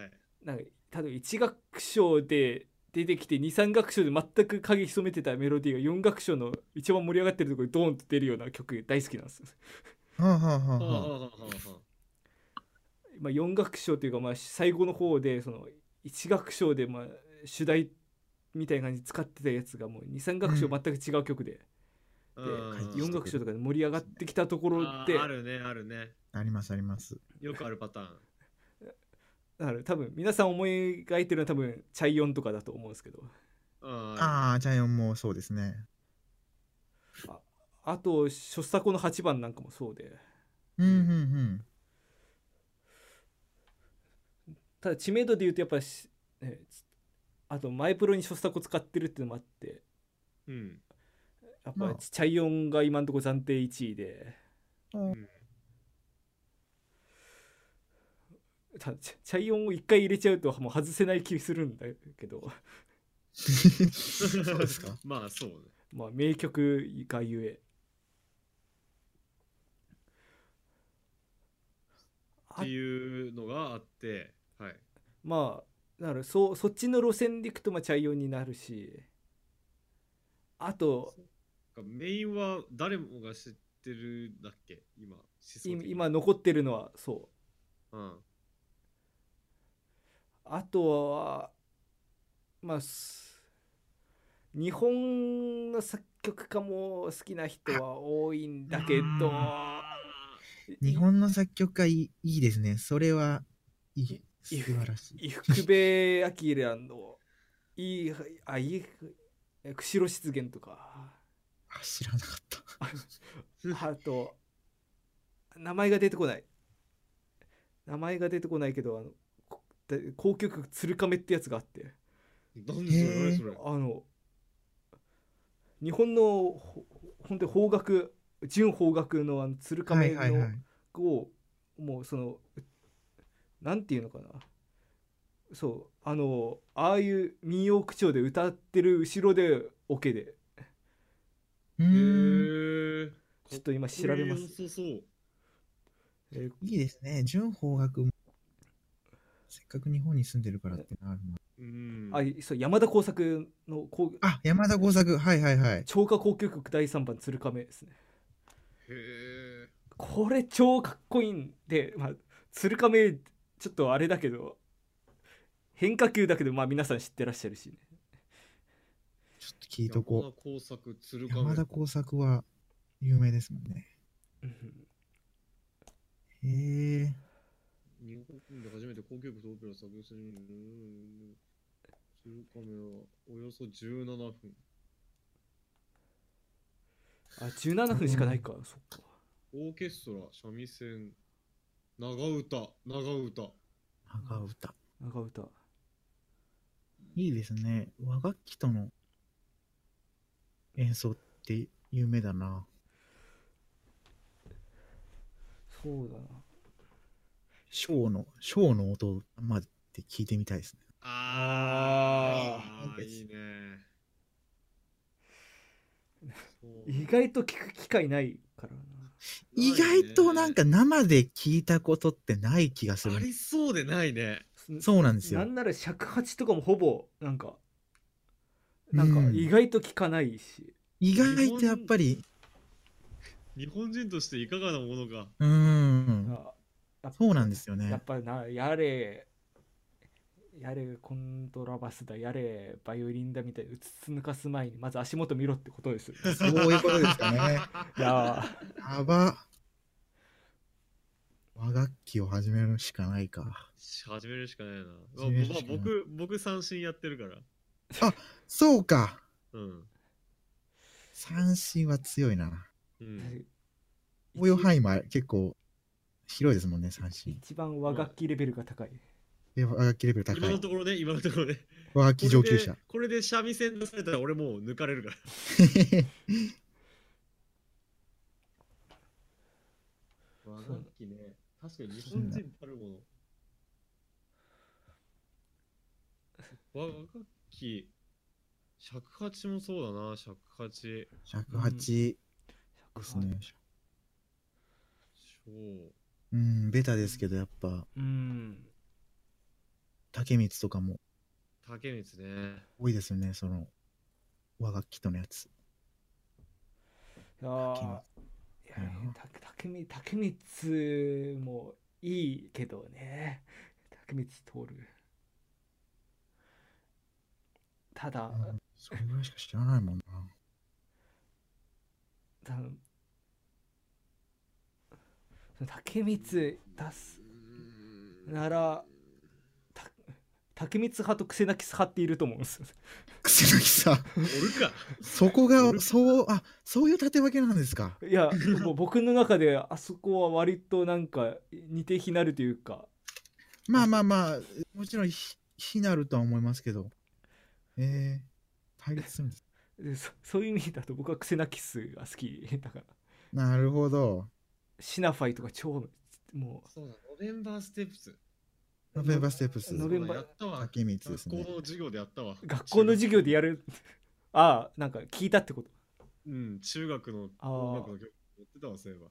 はい。
なんか例えば1楽章で出てきて23楽章で全く影潜めてたメロディーが4楽章の一番盛り上がってるところにドーンと出るような曲大好きなんですよ。
はあ、はあはあ
はあはあ
はあ、
はあはあ
まあ、4楽章というかまあ最後の方でその1楽章でまあ主題みたいな感じで使ってたやつがもう23楽章全く違う曲で,、
う
で
ん
はい
4楽章とかで盛り上がってきたところ
あ
で
あるね、あるね。
ありますあります。
よくあるパターン。
だから多分皆さん思い描いてるのは多分チャイヨンとかだと思うんですけど
あ
ああ、ジャイオンもそうですね。
あと「ショッサコの8番」なんかもそうで
うん、うん、
ただ知名度で言うとやっぱし、ねあとマイプロにショッサコ使ってるっていうのもあって
る。
(laughs)
うん。
やっ
ま
ぱ
あ
チャイヨンが今のところ暫定1位で。
うん
たチャチャイヨンを一回入れちゃうともう外せない気するんだけど、
うん。そうですか。
(laughs) まあそうね。
まあ、名曲がゆえ
っていうのがあって、はい。
まあだからそうそっちの路線でいくとまあチャイヨンになるしあと
メインは誰もが知ってるだっけ今、思想的
今
に
今。残ってるのはそう
うん。
あとはまあす日本の作曲家も好きな人は多いんだけど
日本の作曲家いいいいですね。それは、いい。素晴らしい。
伊福部明のいいあいい釧路湿原とか
あ知らなかった。
あと名前が出てこない名前が出てこないけどあのこで交響曲「鶴亀」ってやつがあって
何それ
へー
何それ
あの日本のほ本当に邦楽純邦楽のあの鶴亀
はいはいは
の
い
をもうそのなんていうのかなそうあのああいう民謡口調で歌ってる後ろでオケで
へ
うーん
ー
ちょっと今調べま
こ
す、
れ良さそう
えー
いいですね。純邦楽も。せっかく日本に住んでるからってのあるな。
うん
あいそう山田耕作のこう
あ、山田耕作。はいはいはい。
超過交響曲第3番鶴亀ですね
へえ
これ超かっこいいんで、まあ、鶴亀ちょっとあれだけど変化球だけどまあ皆さん知ってらっしゃるしね
ちょっと聞いとこ
山田耕作
う。
鶴亀
山田耕作は有名ですもんね。
うん
へえ。
日本で初めて交響曲とオペラを作業するうん鶴亀はおよそ17分
あ17分しかないか、そっか
オーケストラ三味線長唄長唄
長唄。
長唄
いいですね。和楽器との演奏って有名だな。
そうだな
ショーの、ショーの音までって聞いてみたいですね。
あ
あー
ーいいねそう
意外と聞く機会ないからな
意外となんか生で聞いたことってない気がす
あ
る。
りそうでないね
そうなんです
な
よ。
んなら尺八とかもほぼなんかなんか
うん
意外と聞かないし、
意外とやっぱり、
日本人としていかがなものか
うーん、
あやっぱ
そうなんですよ
やっ
ね。
ぱりなやれやれコントラバスだやれバイオリンだみたいにうつつ抜かす前にまず足元見ろってことですよ
そういうことですよね。
いや
やば。和楽器を始めるしかないか。
し始めるしかないな、まあ
始めるしかない
僕僕三振やってるから
そうか。
うん、
三振は強いな。
うん、
ー
応用範囲も結構広いですもんね、三振。
一番和楽器レベルが高い
で和楽器レベル高
今の
い。
ところね今のところね
和楽器上級
これ
者
で。これで三味線出されたら俺もう抜かれるから和楽器ね確かに日本人たるもの和楽器尺八もそうだな尺八
尺八です
108
ね。
そう
うん、ベタですけど、やっぱ、
うん
竹光とかも
竹光
(laughs)
ね
多いですよね、その、和楽器とのやつ。
いやーいや
うん
た竹光竹光もいいけどね竹光通るただ、
うんそれぐらいしか知らないもん (laughs) な。
多分その竹光出すならた竹光派と癖なき派っていると思うんですよね
楠木さん、
おるか
そこが、そう、あ、そういう縦分けなんですか。
いやもう僕の中であそこは割となんか似て非なるというか
まあまあまあ、もちろんひ、非なるとは思いますけど。えー、対立するんです。
でそ (laughs) そういう意味だと僕は癖なきスが好きだから
なるほど。
シナファイとか超も
そうだノベンバーステップス
ノベンバーステップス。
ノベンバー
やったわ
竹光です
学校
ね。
の授業でやったわ
う学校の授業で
や
やるああなんか聞いたってこと
うん中学の
あー
音楽の曲やってたわそういえば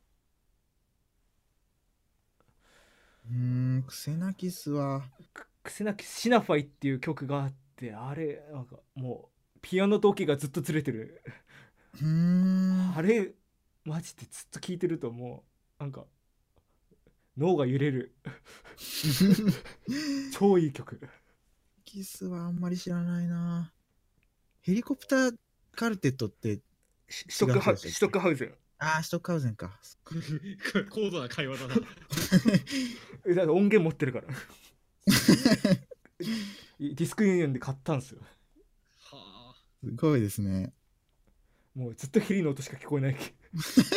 うーん、クセナキスは、
く癖なきシナファイっていう曲があってあれなんかもうピアノとオケがずっとずれてる
うーん、
あれマジでずっと聞いてるともうなんか脳が揺れ
(laughs)
る超いい曲
キスはあんまり知らないな。ヘリコプターカルテットって、
シ
シュトックハウシュトック
ハウゼン
ああ、シュトックハウゼンか。
高度な会話だな。
えだから音源持ってる
(laughs)
からディスクユニオンで買ったんですよ
はあ。
すごいですね。
もうずっとヘリの音しか聞こえないけ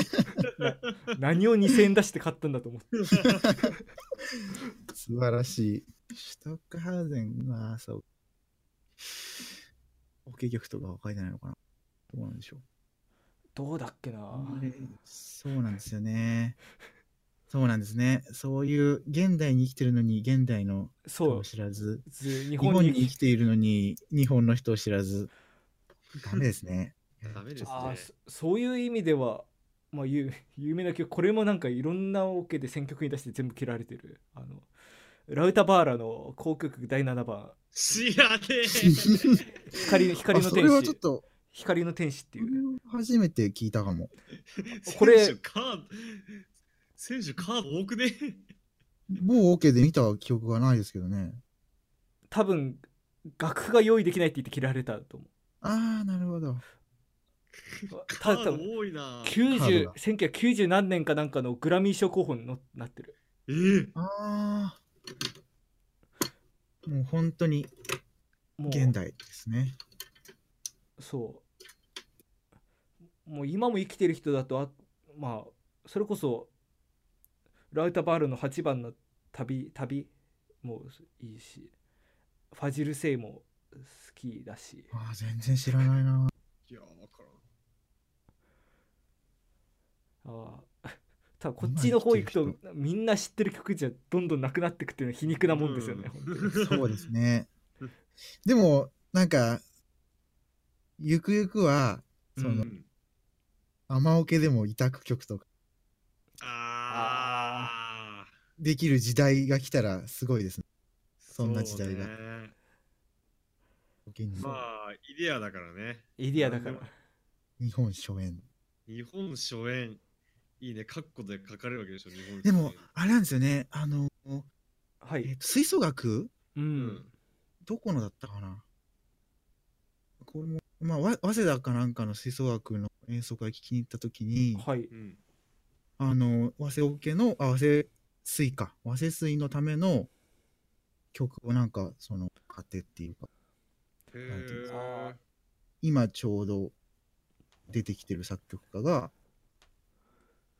(laughs)
な何を2000円出して買ったんだと思って
素晴らしい。シュトックハウゼンは、そう。オケ曲とかは書いてないのかなどうなんでしょう。
どうだっけな
そうなんですよね。そうなんですね。そういう、現代に生きてるのに、現代の人
そう
を知らず、
ず日
日
本
本に
に
生きているのに、日本の人を知らず。ダメですね。
ダメです
あ
ね
ーそそういう意味では、まあ、有有名な曲これもなんかいろんなオケで選曲に出して全部切られてるあのラウタバーラの航空曲第7番
知らね
光光の
あそれは
天
ちょ
使
っと、
光の天使っていう
初めて聞いたかも。
え
これ
選手カード選手カード多くね
某オケで見た記憶がないですけどね。
多分楽譜が用意できないって言って切られたと思
ああ、なるほど。
う
カ
た多
ード
分
多いな
カード
90
が
1990何年かなんかのグラミー賞候補にのなってる
えー
ああ。もう本当に
もう
現代ですね。
そうもう今も生きてる人だとあまあそれこそラウタバールの8番の旅旅もいいしファジル・セイも好きだし
ああ、全然知らないな。
いやわからん
ああ (laughs) 多分こっちの方行く
今
と
生き
みんな知ってる曲じゃどんどんなくなってくっていうのは皮肉なもんですよね、
うん
本当に
そうですね。でも、なんか、ゆくゆくは、その、
ん
雨オケでも委託曲とか
ああ
できる時代が来たらすごいですね。そんな時代が
ね
オケに
まあイデアだからね
エディアだから
日本初演。
日本初演いいねカッコで書かれるわけでしょ日本初演
でも、あれなんですよね。あの、
は
えっ
い
と吹奏楽
う
うんん
どこのだったかなこれも、まあ、わ早稲田かなんかの吹奏楽の演奏会聞きに行った時に、
はい
うん
あの、早稲オケの、あ、早稲水か。早稲水のための曲をなんか、その、買ってっていうか、
へ
なんていう
か
ー
今ちょうど出てきてる作曲家が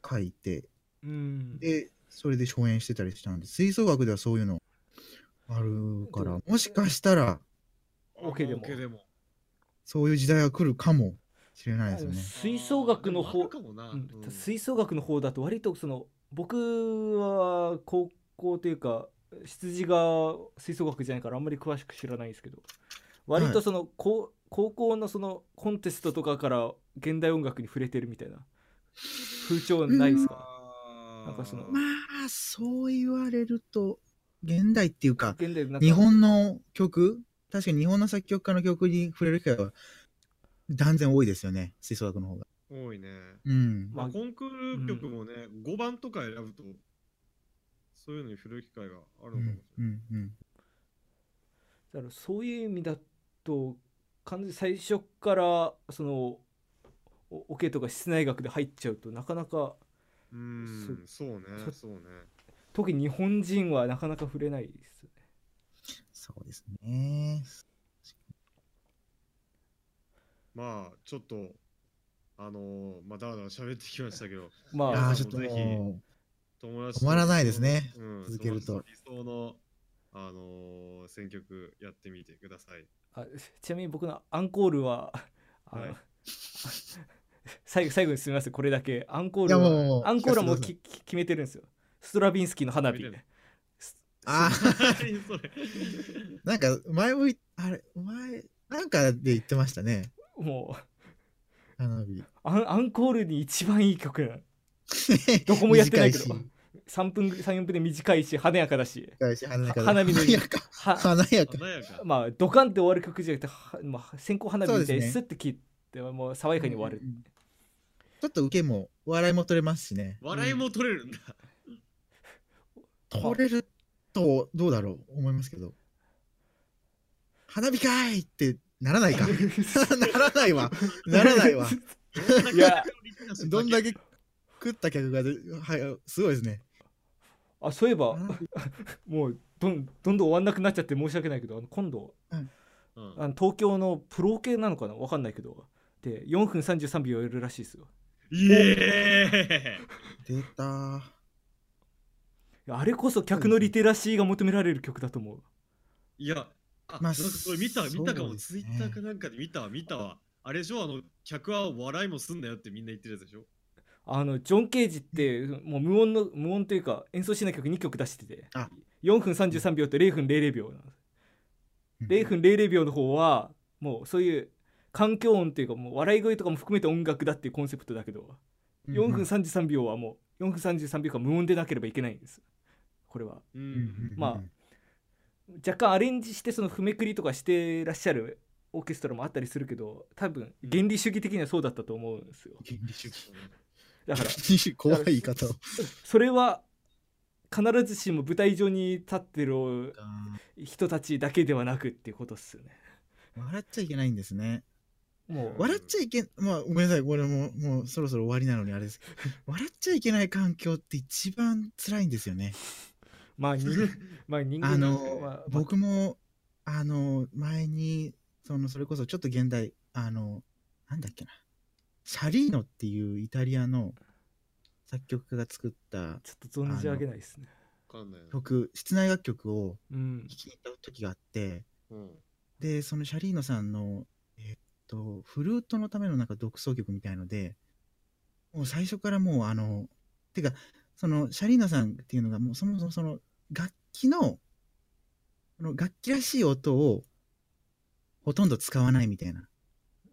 書いて、
うん
で、それで初演してたりしたんで、吹奏楽ではそういうのあるから、もしかしたら、
オケでも
オケでも
そういう時代が来るかもしれないですね。
吹奏楽の
あーで
方
もあるかもな
うん
うん
吹奏楽の方だと割とその僕は高校というか羊が吹奏楽じゃないからあんまり詳しく知らないんですけど割とその、こう高校のそのコンテストとかから現代音楽に触れてるみたいな風潮ないですか、
あー
なんかその
まあ、そう言われると、現代っていうか、
現代なんか
日本の曲、確かに日本の作曲家の曲に触れる機会は断然多いですよね、吹奏楽の方が。
多いね
うん。
ま
まあ
あ
コンクール曲もね5番とか選ぶとそういうのに振る機会があるの
う
かもし
ん、う
れない
ん、うん。
だからそういう意味だと完全に最初からそのおオケとか室内楽で入っちゃうとなかなか
うーんそうね
そ
そうね
特に日本人はなかなか触れないですよね
そうですね。
まあちょっとあのーまあだらだら喋ってきましたけど
ま
いや
あ
ーちょっと
ぜひ
も
友達
止まらないですね
とうん
続けると
友達理想のあのー選曲やってみてください
あちなみに僕のアンコールはあの、
はい
(laughs) 最後最後にすみませんこれだけアンコー
う、い
ル
や
は
もうもう、
アンコールはもう
聞かせて
きき決めてるんですよストラビンスキーの花火
決めてる
す
あー
何それ
くださいなんか、前もい、あれ、前、なんかで言ってましたね、
もう
花火。
アンアンコールに一番いい曲なのどこもやってないけど
(laughs) 短し
3分34分で短いし華やかだし
短いし華やかだ
花火の
華や
(laughs)
か。
は
華やか。
華やか
まあドカンって終わる曲じゃなくては、まあ、線香花火みたいに
そ
スッて切ってもう爽やかに終わる、
うんうんうんちょっと受けも笑いも取れますしね
笑いも取れるんだ
取れるとどうだろう思いますけど花火かいってならない (laughs) かならないわならないわ
(laughs) いや
どんだけ食った客がではいすごいですね
あそういえば
花火
もうどんどんどん終わんなくなっちゃって申し訳ないけどあの今度
うん
あの東京のプロ系なのかなわかんないけどで4分33秒やるらしいですよ
イエ
出たー
いやあれこそ客のリテラシーが求められる曲だと思う
ーイいや、あ、ま
まあ
あ、なんかこれ見た、見たか
そう
も、
です
ツ
ね
イッターかなんかで見た、見たわ。あれでしょ、あの、客は笑いもすんなよってみんな言ってるやつでしょ。
あのジョン・ケージってもう無音の無音というか演奏しない曲2曲出してて
あ
4分33秒と0分00秒なんです0分00秒の方はもうそういう環境音というかもう笑い声とかも含めて音楽だっていうコンセプトだけど4分33秒はもう4分33秒間無音でなければいけないんですこれは
う。
うん
まあ若干アレンジしてその踏めくりとかしてらっしゃるオーケストラもあったりするけど多分原理主義的にはそうだったと思うんですよ
原理主義
だから
怖い言い方を
それは必ずしも舞台上に立ってる人たちだけではなくっていうことっすよね
笑っちゃいけないんですね
もう
笑っちゃいけまあごめんなさいこれももうそろそろ終わりなのにあれですけど笑っちゃいけない環境って一番辛いんですよね
まあ人
(laughs)
まあ人間
あ
まあま
の
あ
僕もあの前にそのそれこそちょっと現代あのなんだっけなシャリーノっていうイタリアの作曲家が作った
ちょっと存じ上げないですね
わかんないな。
曲室内楽曲を
うん
聴いた時があって
うん。
でそのシャリーノさんのえっとフルートのためのなんか独奏曲みたいのでもう最初からもうあのてかそのシャリーノさんっていうのがもうそもそもその楽器のその楽器らしい音をほとんど使わないみたいな、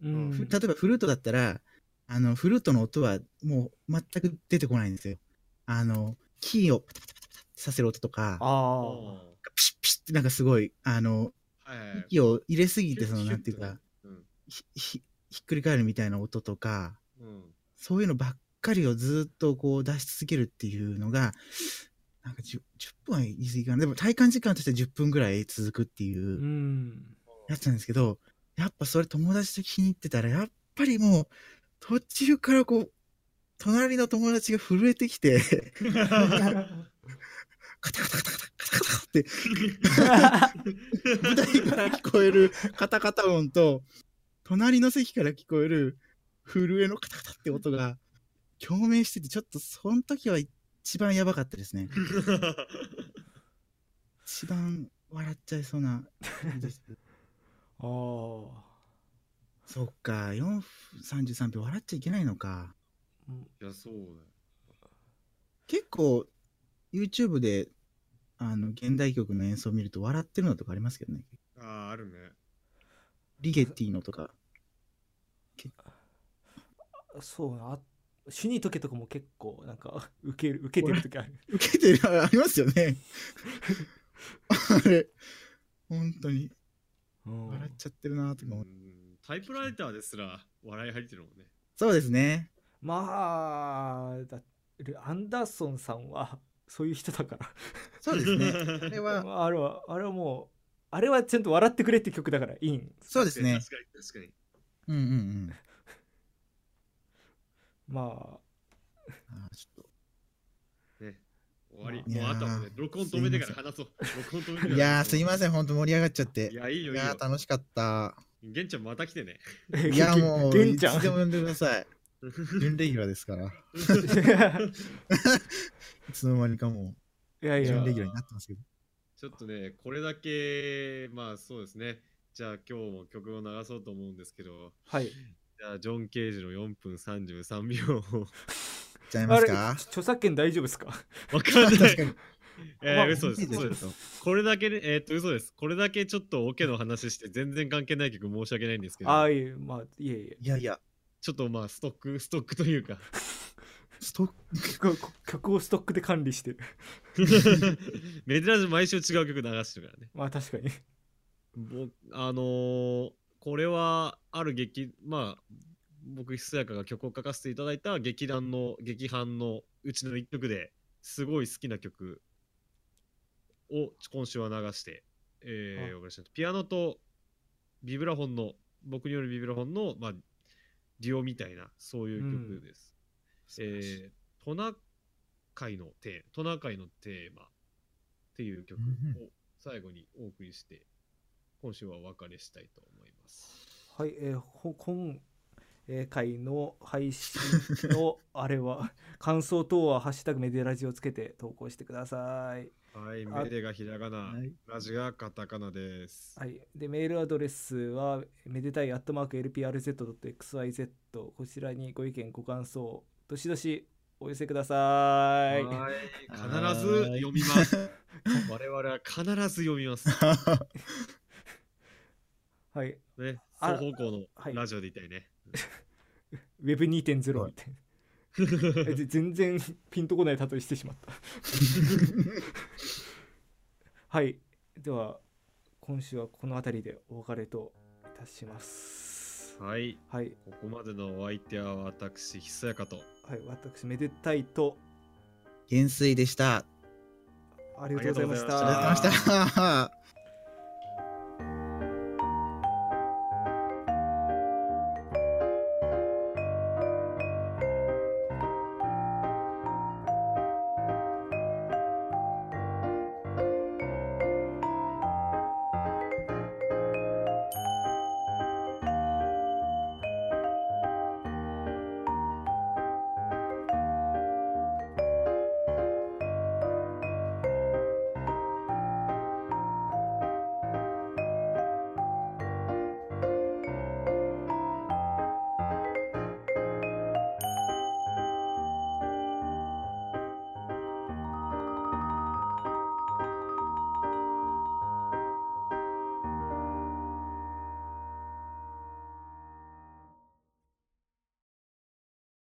うん
ふ例えばフルートだったらあのフルートの音はもう全く出てこないんですよあのキーをパタパタパタパタってさせる音とか
あ
あ
ピシッピシッってなんかすごいあの
あ。はいはい。
息を入れすぎ
い
てそのなんていうか。
うん。
ひひひっくり返るみたいな音とか
うん。
そういうのばっかりをずっとこう出し続けるっていうのがなんか 10, 10分は言い過ぎかなでも体感時間として10分ぐらい続くって
う
いうんやつなんですけど、やっぱそれ友達と気に入ってたらやっぱりもう途中からこう隣の友達が震えてきてカタカタカタカタカタカタカタって舞台から聞こえるカタカタ音と隣の席から聞こえる震えのカタカタって音が共鳴しててちょっとその時は一番やばかったですね一番笑っちゃいそうな感じです
(laughs) ああ
そっか4分33秒笑っちゃいけないのか
いや、そうだよ。
結構 YouTube であの現代曲の演奏を見ると笑ってるのとかありますけどね
ああ、あるね。
リゲッティのとか
そうなあ死にとけとかも結構なんか (laughs) 受ける受けてる時ある
受けてるありますよねあれ本当に
うん
笑っちゃってるなとか思って
うんタイプライターですら笑い入ってるもんね。
そうですね
まあだってアンダーソンさんはそういう人だから
そうです
(laughs)
ねあれ
ま
は
ああれはあれはもうあれはちゃんと笑ってくれって曲だからいいん
そうですね
確かに確かに。
うんうんうん
ま
あーちょっ
ね、終わり。
いや
もう
ー
あとはもうね、録音止めてから話そう。録音止めてか
と
ら。
いやーすいません本当盛り上がっちゃっ
い
て
や、いいよ、
い
いい
や
よ
ー。楽しかった
玄ちゃんまた来てね。 (laughs)
あ
いやーもう
げん
い
ちゃ
つでも
ん
呼んでください準レギュラーですからいつの間にかも
(laughs) いや
う
い
準
や
レギュラーになってますけど
ちょっとね、これだけ、まあそうですね。じゃあ今日も曲を流そうと思うんですけど、
はい
じゃあジョン・ケージの4分33秒
(laughs)
を。
いっちゃいま
あ
す
れ
か
著作権大丈夫ですか
わかんな
(laughs) 確
い
か。に
え
まあ
ー、嘘です。
本当
嘘
に
で
ち
す
ょっ。
これだけね、えーっと、嘘です。これだけちょっとオケの話して全然関係ない曲申し訳ないんですけど、
ああいえまあいえいえ
といやいや
ちょっとまあストック、ストックという
(laughs)
か、 (laughs)
ストッ
(laughs)
ク
曲を曲をストックで管理してる (laughs)
メデラージュ毎週違う曲流してるからね。
まあ確かに
僕あのーこれはある劇まあ僕ひそやかが曲を書かせていただいた劇団の劇版のうちの一曲ですごい好きな曲を今週は流して、えー
あ
お送りしましたピアノとビブラフォンの僕によるビブラフォンの、まあ、デュオみたいなそういう曲です。えートナカイのテートナカイのテーマっていう曲を最後にお送りして、今週はお別れしたいと思います。
はい、えー、ほ今、えー回の配信のあれは (laughs) 感想等は「ハッシュタグメデラジ」をつけて投稿してください。
はい、
あ
メデがひらがな
は、い
ラジがカタカナです。
はい、でメールアドレスはめでたいアットマーク LPRZ.xyz こちらにご意見ご感想どしどしお寄せください。
はい
はい
必ず読みます。我々は必ず読みます。
はい、
ね、
あ
双方向
はい
のラジオで言いたいね。
Web2.0
はい
みたいなぜ全然ピンとこない例えしてしまった。はい、では今週はこの辺りでお別れといたします。
はい、
はい、
ここまでのお相手は私、ひそやかと。
はい、私めでたいと
減衰でした。
ありがとうございまし
ありがとうございました
ありがとうございました。